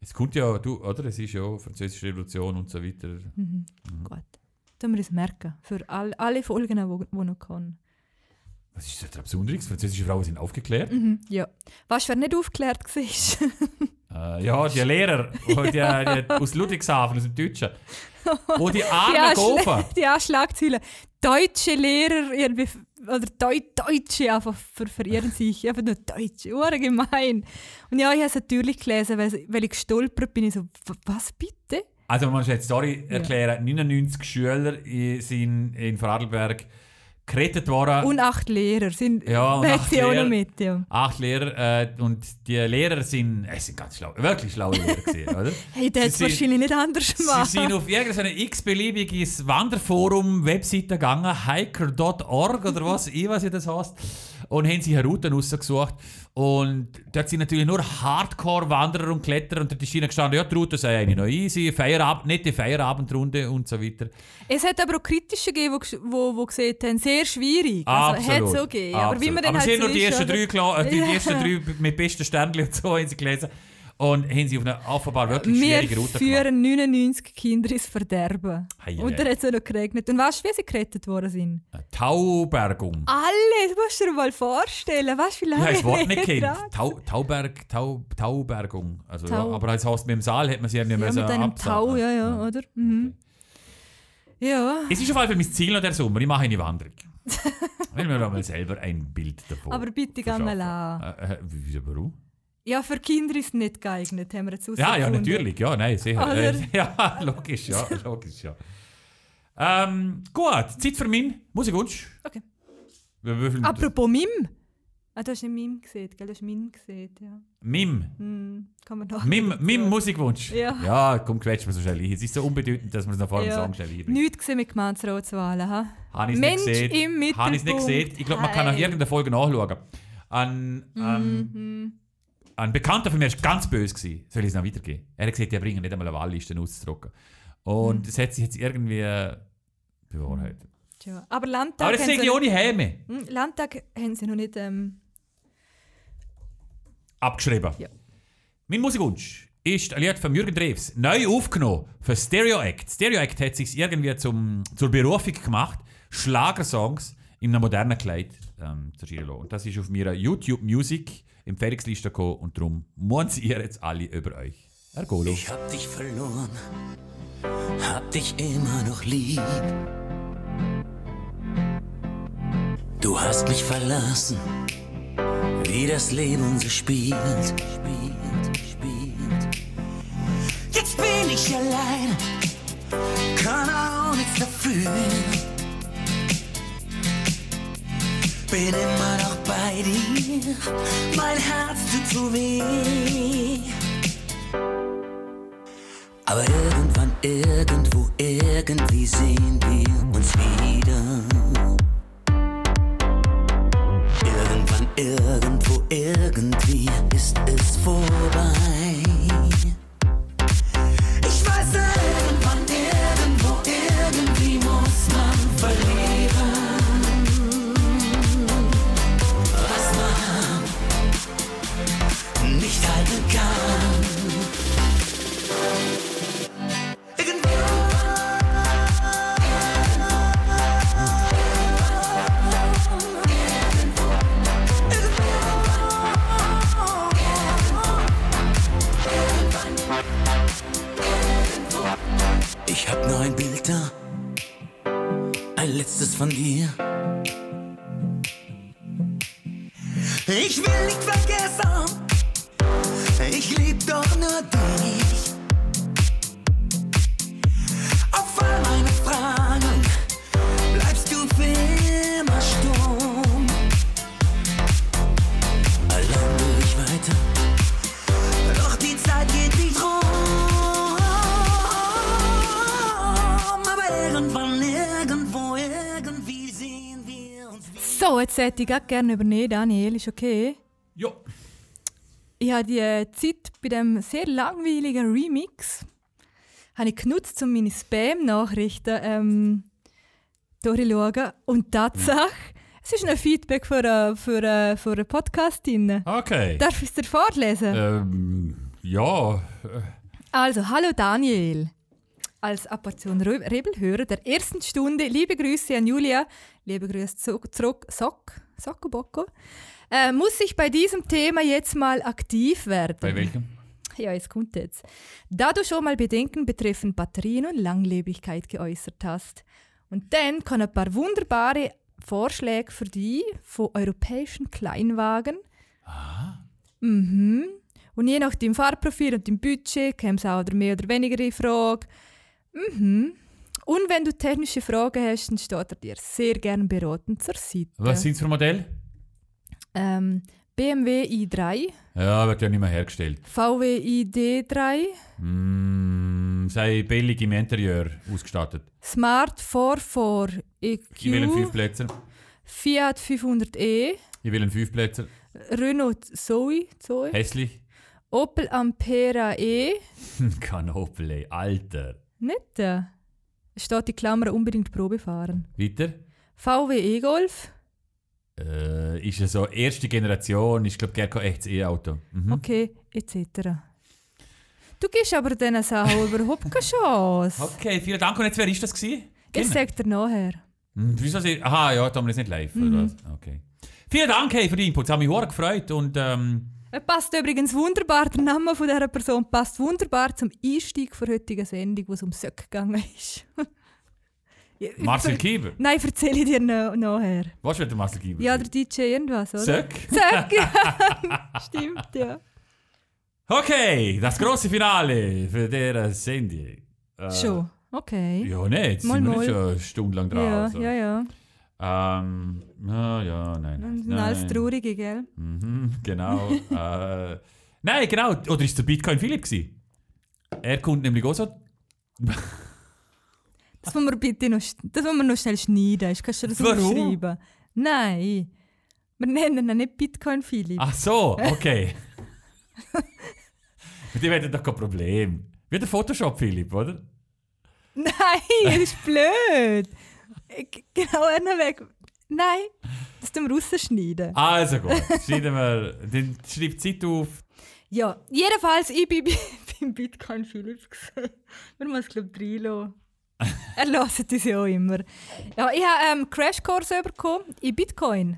[SPEAKER 1] Es kommt ja, du, oder? Es ist ja Französische Revolution und so weiter.
[SPEAKER 2] Mhm. Gut. Tun wir es merken. Für all, alle Folgen, die noch kommen.
[SPEAKER 1] Was ist das Besonderes? Französische Frauen sind aufgeklärt.
[SPEAKER 2] Mhm. Ja. Weißt du, wer nicht aufgeklärt war?
[SPEAKER 1] Äh, ja, die Lehrer die, die, aus Ludwigshafen, aus dem Deutschen. Wo die
[SPEAKER 2] Die
[SPEAKER 1] Arme
[SPEAKER 2] Anschla-
[SPEAKER 1] kaufen.
[SPEAKER 2] Die Anschlagzeilen. Deutsche Lehrer, irgendwie, f- oder Deu Deutsche einfach ver verirren sich. Einfach nur Deutsche, urgemein. Und ja, ich habe es natürlich gelesen, weil, weil ich gestolpert bin. Ich so, "W- was bitte?
[SPEAKER 1] Also man muss jetzt die Story erklären, 99 Schüler i- sind in Vorarlberg gerettet worden.
[SPEAKER 2] Und acht Lehrer sind
[SPEAKER 1] Ah. Ja, und
[SPEAKER 2] hat
[SPEAKER 1] acht
[SPEAKER 2] sie auch
[SPEAKER 1] Lehrer.
[SPEAKER 2] noch mit. Ja.
[SPEAKER 1] Acht Lehrer äh, und die Lehrer sind, es sind ganz schlau, wirklich schlaue Lehrer gewesen, oder?
[SPEAKER 2] Hey,
[SPEAKER 1] Sie
[SPEAKER 2] der hätte es
[SPEAKER 1] sind-
[SPEAKER 2] wahrscheinlich nicht anders
[SPEAKER 1] Sie
[SPEAKER 2] gemacht.
[SPEAKER 1] sind auf irgendeine x-beliebiges Wanderforum-Webseite gegangen, hiker.org oder was, ich weiß nicht, das heißt, und haben sich eine Route rausgesucht. Und dort sind natürlich nur Hardcore-Wanderer und Kletterer und dort ist ihnen gestanden, ja, die Route sei eine noch easy, Feierabend, nette Feierabendrunde und so weiter.
[SPEAKER 2] Es hat aber auch kritische gegeben, die gesch- wo, wo gesehen haben, sehr schwierig. Also, hat es auch gegeben. Aber wie
[SPEAKER 1] Absolut.
[SPEAKER 2] man dann
[SPEAKER 1] Aber
[SPEAKER 2] halt
[SPEAKER 1] sie haben nur
[SPEAKER 2] so
[SPEAKER 1] die
[SPEAKER 2] ist,
[SPEAKER 1] ersten,
[SPEAKER 2] oder?
[SPEAKER 1] drei, gela- äh, die,
[SPEAKER 2] Ja.
[SPEAKER 1] die ersten drei mit besten Sternchen und so haben sie gelesen. Und haben sie auf eine offenbar wirklich schwierige
[SPEAKER 2] Wir
[SPEAKER 1] Route gemacht.
[SPEAKER 2] führen 99 Kinder ins Verderben.
[SPEAKER 1] Hei, hei, Ah.
[SPEAKER 2] Und dann
[SPEAKER 1] hei.
[SPEAKER 2] hat es auch noch geregnet. Und weißt du, wie sie gerettet worden sind?
[SPEAKER 1] Eine Taubergung.
[SPEAKER 2] Alle, das musst du dir mal vorstellen. Weißt du, wie
[SPEAKER 1] Ich
[SPEAKER 2] lange
[SPEAKER 1] habe das Wort nicht
[SPEAKER 2] wir dran-
[SPEAKER 1] kennt. Tau, Tauberg, Tau, Taubergung. Also,
[SPEAKER 2] Tau-
[SPEAKER 1] Ja, aber als heißt, mit dem Saal hätte man sie ja nicht
[SPEAKER 2] Ja, mit
[SPEAKER 1] müssen
[SPEAKER 2] einem
[SPEAKER 1] absagen.
[SPEAKER 2] Tau, ja, ja, oder? Mhm. Ja,
[SPEAKER 1] Es ist auf jeden Fall mein Ziel noch der Sommer. Ich mache eine Wanderung. Will mir doch mal selber ein Bild davon.
[SPEAKER 2] aber bitte geh mal
[SPEAKER 1] verschaffen.
[SPEAKER 2] an.
[SPEAKER 1] Äh, äh, wieso, warum?
[SPEAKER 2] Ja, für Kinder ist es nicht geeignet, haben wir jetzt
[SPEAKER 1] Ja, ja,
[SPEAKER 2] herausgefunden.
[SPEAKER 1] natürlich. Ja, nein, sicher.
[SPEAKER 2] Oder?
[SPEAKER 1] Äh, ja, logisch, ja, logisch, ja. Ähm, gut, Zeit für meinen Musikwunsch.
[SPEAKER 2] Okay.
[SPEAKER 1] Wir würfeln das-
[SPEAKER 2] Apropos Mim. Ah, du hast nicht Mim gesehen, gell? Du hast Mim gesehen, ja.
[SPEAKER 1] Mim.
[SPEAKER 2] Hm, kann man noch.
[SPEAKER 1] Mim, Mim Musikwunsch.
[SPEAKER 2] Ja.
[SPEAKER 1] ja, komm, quetsch mir so schnell ein. Es ist so unbedeutend, dass man es noch vor dem Song schnell einbringt.
[SPEAKER 2] Nichts gesehen mit Gemeinschaftswahlen, ha?
[SPEAKER 1] Habe ich nicht
[SPEAKER 2] Mensch
[SPEAKER 1] gesehen.
[SPEAKER 2] im Mittelpunkt.
[SPEAKER 1] Habe ich nicht gesehen. Ich glaube, man kann nach
[SPEAKER 2] Hey.
[SPEAKER 1] irgendeiner Folge nachschauen. Ein, ein,
[SPEAKER 2] Hm,
[SPEAKER 1] ein Bekannter von mir war ganz böse. Gewesen. Soll ich es noch weitergeben? Er hat gesagt, die bringen nicht einmal eine Wahlliste auszudrucken. Und es hat sich jetzt irgendwie äh, bewahrheitet.
[SPEAKER 2] Tja. Aber Landtag.
[SPEAKER 1] Aber das
[SPEAKER 2] haben
[SPEAKER 1] sehe
[SPEAKER 2] sie
[SPEAKER 1] ich
[SPEAKER 2] noch-
[SPEAKER 1] ohne Häme.
[SPEAKER 2] Hm, Landtag haben sie noch nicht. Ähm,
[SPEAKER 1] Abgeschrieben.
[SPEAKER 2] Ja.
[SPEAKER 1] Mein Musikwunsch ist ein Lied von Jürgen Drews, neu aufgenommen für Stereo Act. Stereo Act hat sich irgendwie zum, zur Berufung gemacht, Schlagersongs in einem modernen Kleid ähm, zu schreiben. lassen. Und das ist auf meiner YouTube Music Empfehlungsliste gekommen und darum muss ihr jetzt alle über euch ergolo.
[SPEAKER 3] Ich hab dich verloren, hab dich immer noch lieb. Du hast mich verlassen, wie das Leben so spielt, spielt, spielt. Jetzt bin ich allein, kann auch nichts dafür. Bin immer noch bei dir, mein Herz tut so weh. Aber irgendwann, irgendwo, irgendwie sehen wir uns wieder. Irgendwann, irgendwo, irgendwie ist es vorbei. Ich weiß, irgendwann, irgendwo, irgendwie muss man verlieren. Was man nicht halten kann. Ich hab nur ein Bild da, ein letztes von dir. Ich will nicht vergessen, ich lieb doch nur dich. Auf all meine Fragen bleibst du für immer stumm. Allein will ich weiter. Doch die Zeit geht nicht rum. Aber irgendwann, irgendwo, irgendwie sehen wir uns wieder.
[SPEAKER 2] So, jetzt hätte ich grad gerne übernehmen, Daniel, ist okay?
[SPEAKER 1] Jo.
[SPEAKER 2] Ich habe die äh, Zeit bei dem sehr langweiligen Remix habe ich genutzt, um meine Spam-Nachrichten ähm, durchzuschauen. Und Tatsache, es ist ein Feedback für, äh, für, äh, für eine Podcastin.
[SPEAKER 1] Okay.
[SPEAKER 2] Darf ich es dir vorlesen?
[SPEAKER 1] Ähm, ja. äh,
[SPEAKER 2] Also, hallo Daniel. Als Apportion Rö- Rebelhörer der ersten Stunde, liebe Grüße an Julia, liebe Grüße zu- zurück, Sock, Sockoboko. Äh, muss ich bei diesem Thema jetzt mal aktiv werden?
[SPEAKER 1] Bei welchem?
[SPEAKER 2] Ja, es kommt jetzt. Da du schon mal Bedenken betreffend Batterien und Langlebigkeit geäußert hast. Und dann kommen ein paar wunderbare Vorschläge für die von europäischen Kleinwagen. Ah. Mhm. Und je nach dem Fahrprofil und dem Budget käme es auch oder mehr oder weniger in Frage. Mhm. Und wenn du technische Fragen hast, dann steht er dir sehr gern beraten zur Seite.
[SPEAKER 1] Was sind es für Modell?
[SPEAKER 2] Ähm, BMW i3,
[SPEAKER 1] Ja, wird ja nicht mehr hergestellt.
[SPEAKER 2] VW ID3,
[SPEAKER 1] Mm, sei billig im Interieur ausgestattet.
[SPEAKER 2] Smart 44
[SPEAKER 1] Ich will einen
[SPEAKER 2] EQ,
[SPEAKER 1] Fünfplätzer.
[SPEAKER 2] Fiat 500e,
[SPEAKER 1] Ich will einen Fünfplätzer.
[SPEAKER 2] Renault Zoe, Zoe
[SPEAKER 1] Hässlich?
[SPEAKER 2] Opel Ampera e.
[SPEAKER 1] Kanopel, ey. Alter.
[SPEAKER 2] Nicht? äh, Steht die Klammer unbedingt Probe fahren.
[SPEAKER 1] Weiter?
[SPEAKER 2] VW E-Golf,
[SPEAKER 1] Äh, ist ja so erste Generation, ist glaube ich kein echtes E-Auto. Mhm.
[SPEAKER 2] okay, etc. Du gibst aber diesen Sachen überhaupt keine Chance.
[SPEAKER 1] Okay, vielen Dank. Und jetzt, wer ist das gewesen?
[SPEAKER 2] Jetzt sagt er nachher.
[SPEAKER 1] Hm, Wieso sie? Aha, ja, da haben wir das nicht live, oder
[SPEAKER 2] Mhm.
[SPEAKER 1] was? Okay. Vielen Dank hey, für die Inputs, haben mich sehr gefreut und ähm,
[SPEAKER 2] Er passt übrigens wunderbar, der Name von dieser Person passt wunderbar zum Einstieg der heutigen Sendung, wo es um Söck gegangen ist. Ja,
[SPEAKER 1] Marcel Kieber.
[SPEAKER 2] Nein, erzähle ich dir na- nachher.
[SPEAKER 1] Was will der Marcel Kieber?
[SPEAKER 2] Ja, der DJ irgendwas, oder?
[SPEAKER 1] Söck.
[SPEAKER 2] Sök, Stimmt, ja.
[SPEAKER 1] Okay, das große Finale für diese Sendung. Äh,
[SPEAKER 2] Schon, okay.
[SPEAKER 1] Ja, nicht. Jetzt
[SPEAKER 2] Mal,
[SPEAKER 1] sind wir nicht
[SPEAKER 2] mal.
[SPEAKER 1] schon stundenlang dran.
[SPEAKER 2] Ja,
[SPEAKER 1] also.
[SPEAKER 2] ja, ja.
[SPEAKER 1] Ähm, na ja, nein.
[SPEAKER 2] Das sind
[SPEAKER 1] nein.
[SPEAKER 2] alles Traurige, gell?
[SPEAKER 1] Mhm, genau. äh, nein, genau. Oder ist der Bitcoin Philipp gewesen? Er kommt nämlich auch so.
[SPEAKER 2] Das wollen wir bitte noch, sch- das wollen wir noch schnell schneiden, ist kannst du das
[SPEAKER 1] Warum?
[SPEAKER 2] umschreiben? Nein, wir nennen ihn nicht Bitcoin Philipp.
[SPEAKER 1] Ach so, okay. Mit dem hätte doch kein Problem. Wie der Photoshop Philipp, oder?
[SPEAKER 2] Nein, das ist blöd. G- Genau, einen weg. Nein, das tun wir rausschneiden.
[SPEAKER 1] Also gut, schneiden wir. Dann schreibt Zeit auf.
[SPEAKER 2] Ja, jedenfalls, ich bin bei- beim Bitcoin Philips gesehen. Man muss, glaube ich, reinlassen. er hört uns ja auch immer. Ja, ich habe ähm, Crashkurs bekommen in Bitcoin.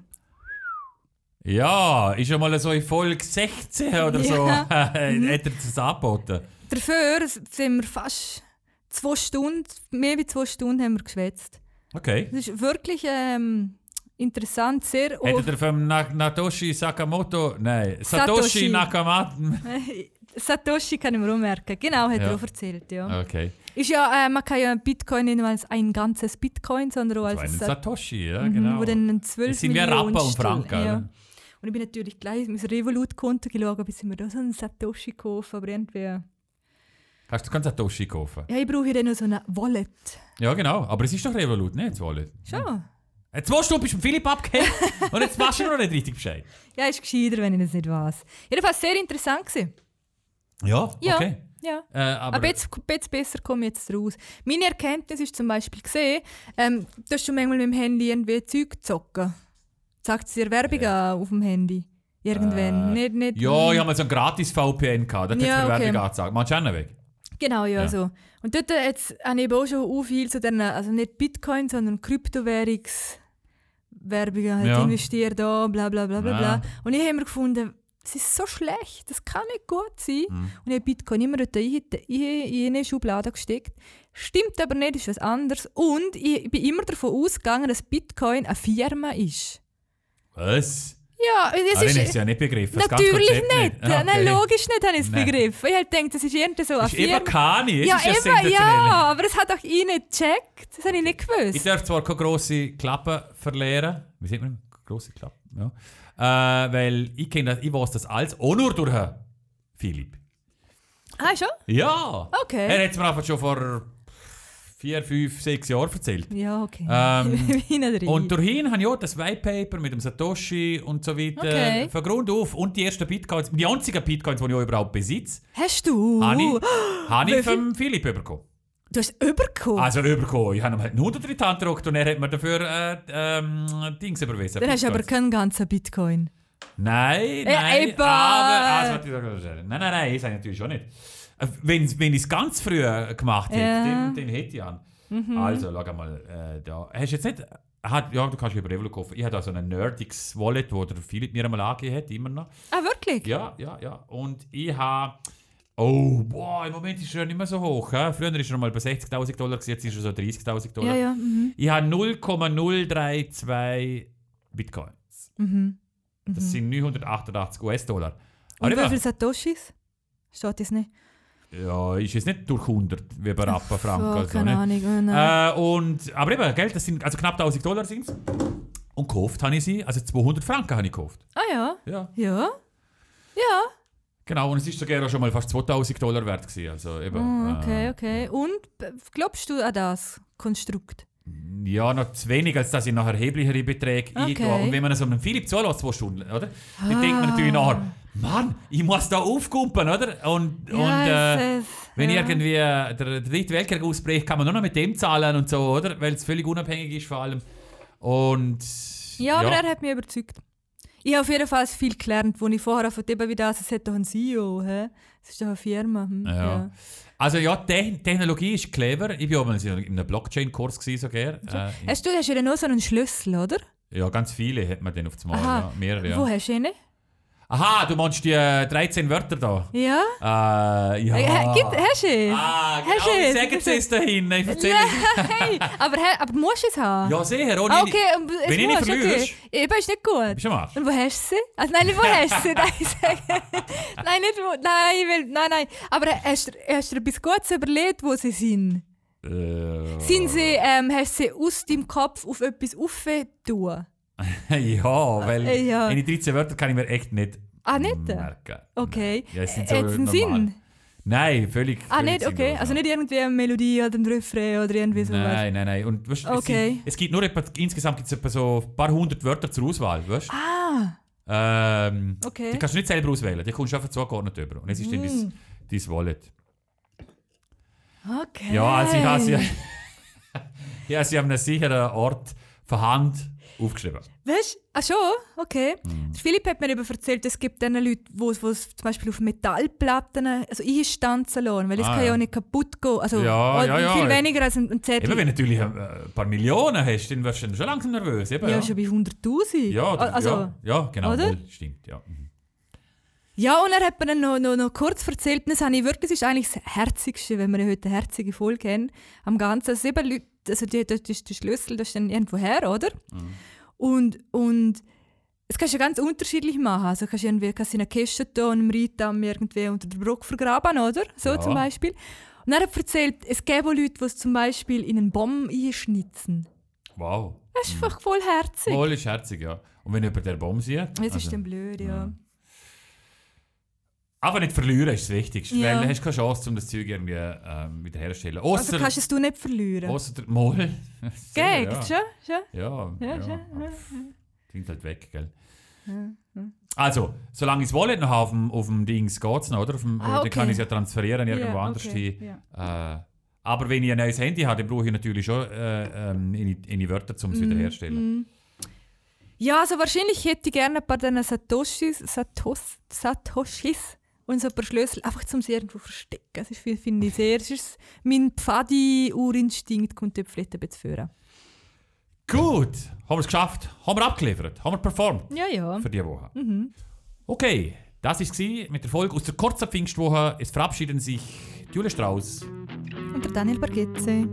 [SPEAKER 1] Ja, ist ja mal so in Folge 16 oder so.
[SPEAKER 2] Ja. Mhm.
[SPEAKER 1] hat er das angeboten.
[SPEAKER 2] Dafür sind wir fast zwei Stunden, mehr als zwei Stunden haben wir geschwätzt.
[SPEAKER 1] Okay.
[SPEAKER 2] Das ist wirklich ähm, interessant, sehr
[SPEAKER 1] Hätte er vom Na Natoshi Sakamoto. Nein, Satoshi,
[SPEAKER 2] Satoshi.
[SPEAKER 1] Nakamoto.
[SPEAKER 2] Satoshi kann ich mir auch merken. Genau, hat
[SPEAKER 1] Ja.
[SPEAKER 2] er auch erzählt, ja.
[SPEAKER 1] Okay.
[SPEAKER 2] Ist ja, äh, man kann ja Bitcoin nicht nur als ein ganzes Bitcoin, sondern auch
[SPEAKER 1] So
[SPEAKER 2] als
[SPEAKER 1] einen
[SPEAKER 2] ein Also Sat-
[SPEAKER 1] Satoshi, ja,
[SPEAKER 2] Mhm,
[SPEAKER 1] genau.
[SPEAKER 2] wo dann ein 12
[SPEAKER 1] Es sind wie
[SPEAKER 2] Millionen
[SPEAKER 1] Rapper und
[SPEAKER 2] Stil-
[SPEAKER 1] Franken,
[SPEAKER 2] Ja.
[SPEAKER 1] oder?
[SPEAKER 2] Und ich bin natürlich gleich mein Revolut-Konto geschaut, ob ich mir da so einen Satoshi kaufe, aber irgendwie... Ja,
[SPEAKER 1] Kannst du keinen Satoshi kaufen?
[SPEAKER 2] ich brauche ja dann noch so eine Wallet.
[SPEAKER 1] Ja, genau. Aber es ist doch Revolut, nicht? Wallet.
[SPEAKER 2] Schon.
[SPEAKER 1] Jetzt warst du, bist du mit Philipp abgehängt und jetzt weißt du noch nicht richtig Bescheid.
[SPEAKER 2] Ja, ist gescheiter, wenn ich das nicht weiß. Jedenfalls sehr interessant gewesen.
[SPEAKER 1] Ja,
[SPEAKER 2] Ja,
[SPEAKER 1] okay.
[SPEAKER 2] ja.
[SPEAKER 1] Äh, aber
[SPEAKER 2] Aber, jetzt, jetzt besser komme ich jetzt raus. Meine Erkenntnis ist zum Beispiel gesehen, ähm, dass du manchmal mit dem Handy irgendwie Zeug zocken. Sagt es dir Werbung an auf dem Handy? Irgendwann.
[SPEAKER 1] Äh,
[SPEAKER 2] nicht, nicht,
[SPEAKER 1] ja, ich habe mal so ein gratis VPN gehabt. Da hat
[SPEAKER 2] Ja,
[SPEAKER 1] ja, mir
[SPEAKER 2] okay.
[SPEAKER 1] Werbung angezeigt. Machst du auch noch weg?
[SPEAKER 2] Genau, ja,
[SPEAKER 1] Ja.
[SPEAKER 2] so. Und dort äh, jetzt habe ich eben auch schon auch viel zu diesen, also nicht Bitcoin, sondern Kryptowährungswerbungen halt
[SPEAKER 1] Ja.
[SPEAKER 2] investiere da, bla bla bla bla
[SPEAKER 1] Ja.
[SPEAKER 2] bla. Und ich habe mir gefunden, Es ist so schlecht, das kann nicht gut sein.
[SPEAKER 1] Mhm.
[SPEAKER 2] Und ich habe Bitcoin immer dort in, in, in eine Schublade gesteckt. Stimmt aber nicht, ist was anderes. Und ich bin immer davon ausgegangen, dass Bitcoin eine Firma ist.
[SPEAKER 1] Was? Ah,
[SPEAKER 2] Ja, es
[SPEAKER 1] dann hast
[SPEAKER 2] ist... eh
[SPEAKER 1] du ja nicht begriffen. das ganze
[SPEAKER 2] Natürlich
[SPEAKER 1] Konzept
[SPEAKER 2] nicht.
[SPEAKER 1] Ah, okay.
[SPEAKER 2] Nein, logisch nicht habe ich es
[SPEAKER 1] Nein.
[SPEAKER 2] begriffen. Ich habe gedacht, das ist irgendwie so eine
[SPEAKER 1] Ist eh eben
[SPEAKER 2] Firma.
[SPEAKER 1] keine. Es
[SPEAKER 2] Ja,
[SPEAKER 1] ist ja
[SPEAKER 2] eben,
[SPEAKER 1] sensationell.
[SPEAKER 2] ja, aber das hat auch ich nicht gecheckt. Das habe ich nicht
[SPEAKER 1] Ich
[SPEAKER 2] gewusst.
[SPEAKER 1] darf zwar keine grosse Klappe verlieren. Wie sieht man das? Grosse Klappe, ja. Äh, weil ich kenne das, ich weiß das alles auch nur durch den Philipp.
[SPEAKER 2] Ah, schon?
[SPEAKER 1] Ja!
[SPEAKER 2] Okay.
[SPEAKER 1] Er hat es mir einfach schon vor vier, fünf, sechs Jahren erzählt.
[SPEAKER 2] Ja, okay.
[SPEAKER 1] Ähm,
[SPEAKER 2] ich bin nicht rein.
[SPEAKER 1] Und durch ihn habe ich auch das White Paper mit dem Satoshi und so weiter
[SPEAKER 2] Okay.
[SPEAKER 1] von Grund auf und die ersten Bitcoins, die einzigen Bitcoins, die ich auch überhaupt besitze,
[SPEAKER 2] Hast du?
[SPEAKER 1] habe ich, habe
[SPEAKER 2] wie
[SPEAKER 1] ich
[SPEAKER 2] viel-
[SPEAKER 1] vom Philipp bekommen.
[SPEAKER 2] Du hast übergekommen.
[SPEAKER 1] Also übergekommen. Ich habe ihm halt einen 100 Hand gedruckt und er hat mir dafür äh, ähm, Dings überwiesen.
[SPEAKER 2] Dann hast du aber
[SPEAKER 1] Bitcoins.
[SPEAKER 2] keinen ganzen Bitcoin.
[SPEAKER 1] Nein,
[SPEAKER 2] Ja,
[SPEAKER 1] nein,
[SPEAKER 2] eben.
[SPEAKER 1] aber... Ah, das wollte ich doch sagen. nein, nein, nein, das habe ich natürlich schon nicht. Äh, Wenn, wenn ich es ganz früh äh, gemacht hätte,
[SPEAKER 2] Ja. Mhm.
[SPEAKER 1] den, den hätte ich an. Also, schau mal, äh, da. Hast du jetzt nicht... Hat, ja, du kannst über Revelo kaufen. Ich habe da so eine Nerdix-Wallet, wo der Philipp mir einmal angegeben hat, immer noch.
[SPEAKER 2] Ah, wirklich?
[SPEAKER 1] Ja, ja, ja. Und ich habe... Oh, boah, im Moment ist er nicht mehr so hoch. He? Früher war er mal bei 60'000 Dollar, gewesen, jetzt ist er so 30'000 Dollar.
[SPEAKER 2] ja. ja. Mhm.
[SPEAKER 1] Ich habe 0,032 Bitcoins.
[SPEAKER 2] Mhm.
[SPEAKER 1] Das sind 988 US-Dollar.
[SPEAKER 2] Und
[SPEAKER 1] Aber
[SPEAKER 2] wie viele
[SPEAKER 1] eben,
[SPEAKER 2] Satoshis? Steht das nicht?
[SPEAKER 1] ja, ist jetzt nicht durch 100, wie bei Rappa Franken.
[SPEAKER 2] oh,
[SPEAKER 1] also,
[SPEAKER 2] keine
[SPEAKER 1] ne?
[SPEAKER 2] Ahnung. Oh, nein.
[SPEAKER 1] Äh, und, aber eben, Geld, das sind also knapp 1000 Dollar sind Und gekauft habe ich sie, also 200 Franken habe ich gekauft.
[SPEAKER 2] ah ja.
[SPEAKER 1] Ja,
[SPEAKER 2] Ja. Ja.
[SPEAKER 1] genau. Und es ist sogar auch schon mal fast 2000 Dollar wert gewesen. Also eben,
[SPEAKER 2] Oh, okay,
[SPEAKER 1] äh,
[SPEAKER 2] okay. Und b- glaubst du an das Konstrukt?
[SPEAKER 1] Ja, noch zu wenig, als dass ich nachher erheblichere Beträge
[SPEAKER 2] Okay.
[SPEAKER 1] eingehe. Und wenn man so einem Philipp zulässt, zwei Stunden, oder? Dann denkt
[SPEAKER 2] Ah.
[SPEAKER 1] man natürlich nachher, Mann, ich muss da aufkumpen, oder? Und, und äh, wenn
[SPEAKER 2] ja.
[SPEAKER 1] irgendwie der, der dritte Weltkrieg ausbricht, kann man nur noch mit dem zahlen und so, oder? Weil es völlig unabhängig ist vor allem. Und...
[SPEAKER 2] Ja, aber er hat mich überzeugt. Ich habe auf jeden Fall viel gelernt, wo ich vorher von dem wie das, es hat doch einen CEO, hä? Es ist doch eine Firma. Hm?
[SPEAKER 1] Ja. Also ja, Te Technologie ist clever. Ich war auch mal in einem Blockchain-Kurs gewesen, sogar. Äh,
[SPEAKER 2] Hast du hast ja noch so einen Schlüssel, oder?
[SPEAKER 1] ja, ganz viele hat man dann auf einmal.
[SPEAKER 2] Aha.
[SPEAKER 1] Ah, Ja, mehrere,
[SPEAKER 2] Wo
[SPEAKER 1] ja.
[SPEAKER 2] hast du ihn?
[SPEAKER 1] Aha, du meinst die äh, 13 Wörter da?
[SPEAKER 2] Ja?
[SPEAKER 1] Äh, ja.
[SPEAKER 2] Äh, gibt, hast du ihn?
[SPEAKER 1] Ah,
[SPEAKER 2] Hast du
[SPEAKER 1] genau,
[SPEAKER 2] es?
[SPEAKER 1] sagen sie es dahin. Ich erzähle es.
[SPEAKER 2] Nein, aber, hä- aber du musst es haben.
[SPEAKER 1] Ja, sicher. Ohne
[SPEAKER 2] Ah, okay, und es
[SPEAKER 1] wenn ich nicht
[SPEAKER 2] musst,
[SPEAKER 1] verlierst-
[SPEAKER 2] okay. Eben ist nicht gut.
[SPEAKER 1] Bist du am Arsch?
[SPEAKER 2] Und wo hast du sie? Also nein, nicht wo hast du sie? Nein, ich sage- nein, nicht wo. Nein, weil, nein, nein. Aber hast du hast du dir etwas Gutes überlegt, wo sie sind?
[SPEAKER 1] Äh,
[SPEAKER 2] Sind sie, ähm, hast du sie aus deinem Kopf auf etwas aufgetan?
[SPEAKER 1] Äh, ja, weil
[SPEAKER 2] Äh, ja.
[SPEAKER 1] in die 13 Wörter kann ich mir echt nicht
[SPEAKER 2] Ah, nicht?
[SPEAKER 1] merken.
[SPEAKER 2] Okay.
[SPEAKER 1] Ja, es sind so
[SPEAKER 2] Äh, hat's einen
[SPEAKER 1] normal.
[SPEAKER 2] Sinn?
[SPEAKER 1] Nein, völlig.
[SPEAKER 2] Ah,
[SPEAKER 1] völlig
[SPEAKER 2] nicht? Okay.
[SPEAKER 1] sinnlos,
[SPEAKER 2] Also
[SPEAKER 1] ja.
[SPEAKER 2] nicht irgendwie eine Melodie oder ein Refrain oder irgendwie sowas.
[SPEAKER 1] Nein, nein, nein. Und, weißt, du,
[SPEAKER 2] Okay.
[SPEAKER 1] es, sind, es gibt nur etwa, insgesamt gibt's etwa so ein paar hundert Wörter zur Auswahl, weißt du?
[SPEAKER 2] Ah,
[SPEAKER 1] Ähm,
[SPEAKER 2] Okay.
[SPEAKER 1] Die kannst du nicht selber auswählen, die kommst du einfach zugeordnet über. Und es ist
[SPEAKER 2] Hm.
[SPEAKER 1] dann dein, dein Wallet.
[SPEAKER 2] okay.
[SPEAKER 1] Ja, also ich habe sie, ich habe sie an einem sicheren Ort von Hand aufgeschrieben.
[SPEAKER 2] Weißt du? Ach schon? Okay.
[SPEAKER 1] Mhm.
[SPEAKER 2] Der Philipp hat mir eben erzählt, es gibt dann Leute, die es zum Beispiel auf Metallplatten also einstanzen lassen, weil es
[SPEAKER 1] Ah,
[SPEAKER 2] kann
[SPEAKER 1] ja.
[SPEAKER 2] ja auch nicht kaputt gehen. Also
[SPEAKER 1] Ja,
[SPEAKER 2] auch
[SPEAKER 1] ja, ja.
[SPEAKER 2] viel weniger als ein ein Zettel.
[SPEAKER 1] Eben, wenn du natürlich äh, ein paar Millionen hast, dann wirst du dann schon langsam nervös. Eben,
[SPEAKER 2] ja,
[SPEAKER 1] ja,
[SPEAKER 2] schon bei 100'000.
[SPEAKER 1] ja,
[SPEAKER 2] Al- also,
[SPEAKER 1] ja, ja, genau.
[SPEAKER 2] oder?
[SPEAKER 1] wohl, Stimmt, ja. Mhm.
[SPEAKER 2] Ja, und er hat mir dann noch, noch, noch kurz erzählt, und das habe ich wirklich, das ist eigentlich das Herzigste, wenn wir ja heute eine herzige Folge haben, am Ganzen. Also, eben Leute, also die, das ist der Schlüssel, das ist dann irgendwo her, oder?
[SPEAKER 1] Mhm.
[SPEAKER 2] Und, und das kannst du ja ganz unterschiedlich machen. Also kannst du irgendwie kannst du in eine Kiste tun und im Rheindamm irgendwie unter der Brücke vergraben, oder? So
[SPEAKER 1] Ja.
[SPEAKER 2] zum Beispiel. Und er hat er erzählt, es gäbe auch Leute, die es zum Beispiel in einen Baum einschnitzen.
[SPEAKER 1] Wow.
[SPEAKER 2] Das ist einfach voll herzig.
[SPEAKER 1] Voll ist herzig, ja. Und wenn jemand den Baum sieht.
[SPEAKER 2] Das ist
[SPEAKER 1] also-
[SPEAKER 2] dann blöd, ja.
[SPEAKER 1] aber nicht verlieren ist das Wichtigste,
[SPEAKER 2] Ja.
[SPEAKER 1] weil du hast keine Chance, um das Zeug irgendwie ähm, wiederherzustellen.
[SPEAKER 2] Also
[SPEAKER 1] Außer,
[SPEAKER 2] kannst du es du nicht verlieren.
[SPEAKER 1] außer der Moll.
[SPEAKER 2] Gell,
[SPEAKER 1] ja.
[SPEAKER 2] schon, schon.
[SPEAKER 1] Ja, ja.
[SPEAKER 2] Ja, schon,
[SPEAKER 1] aber pff, Klingt halt weg, gell? Also, solange ich das Wallet noch auf dem, auf dem Dings geht's noch, oder? Auf dem,
[SPEAKER 2] Ah,
[SPEAKER 1] Dann
[SPEAKER 2] okay.
[SPEAKER 1] kann ich es ja transferieren irgendwo
[SPEAKER 2] Ja,
[SPEAKER 1] anders
[SPEAKER 2] okay,
[SPEAKER 1] hin. Äh, aber wenn ich ein neues Handy habe, dann brauche ich natürlich schon äh, ähm, in, in die Wörter, um es
[SPEAKER 2] Mhm,
[SPEAKER 1] wiederherzustellen.
[SPEAKER 2] Ja, also wahrscheinlich hätte ich gerne ein paar deiner Satoshis, Satos, Satoshis und so ein paar Schlüssel, einfach zum sie irgendwo verstecken. Das ist, viel- finde ich sehr. Das ist mein Pfadi-Urinstinkt kommt dort vielleicht ein bisschen führen.
[SPEAKER 1] Gut, haben wir es geschafft, haben wir abgeliefert, haben wir performt
[SPEAKER 2] Ja, ja.
[SPEAKER 1] für diese Woche. Okay, Das war es mit der Folge aus der kurzen Pfingstwoche. Es verabschieden sich Jule Strauss.
[SPEAKER 2] Und der Daniel Bargetze.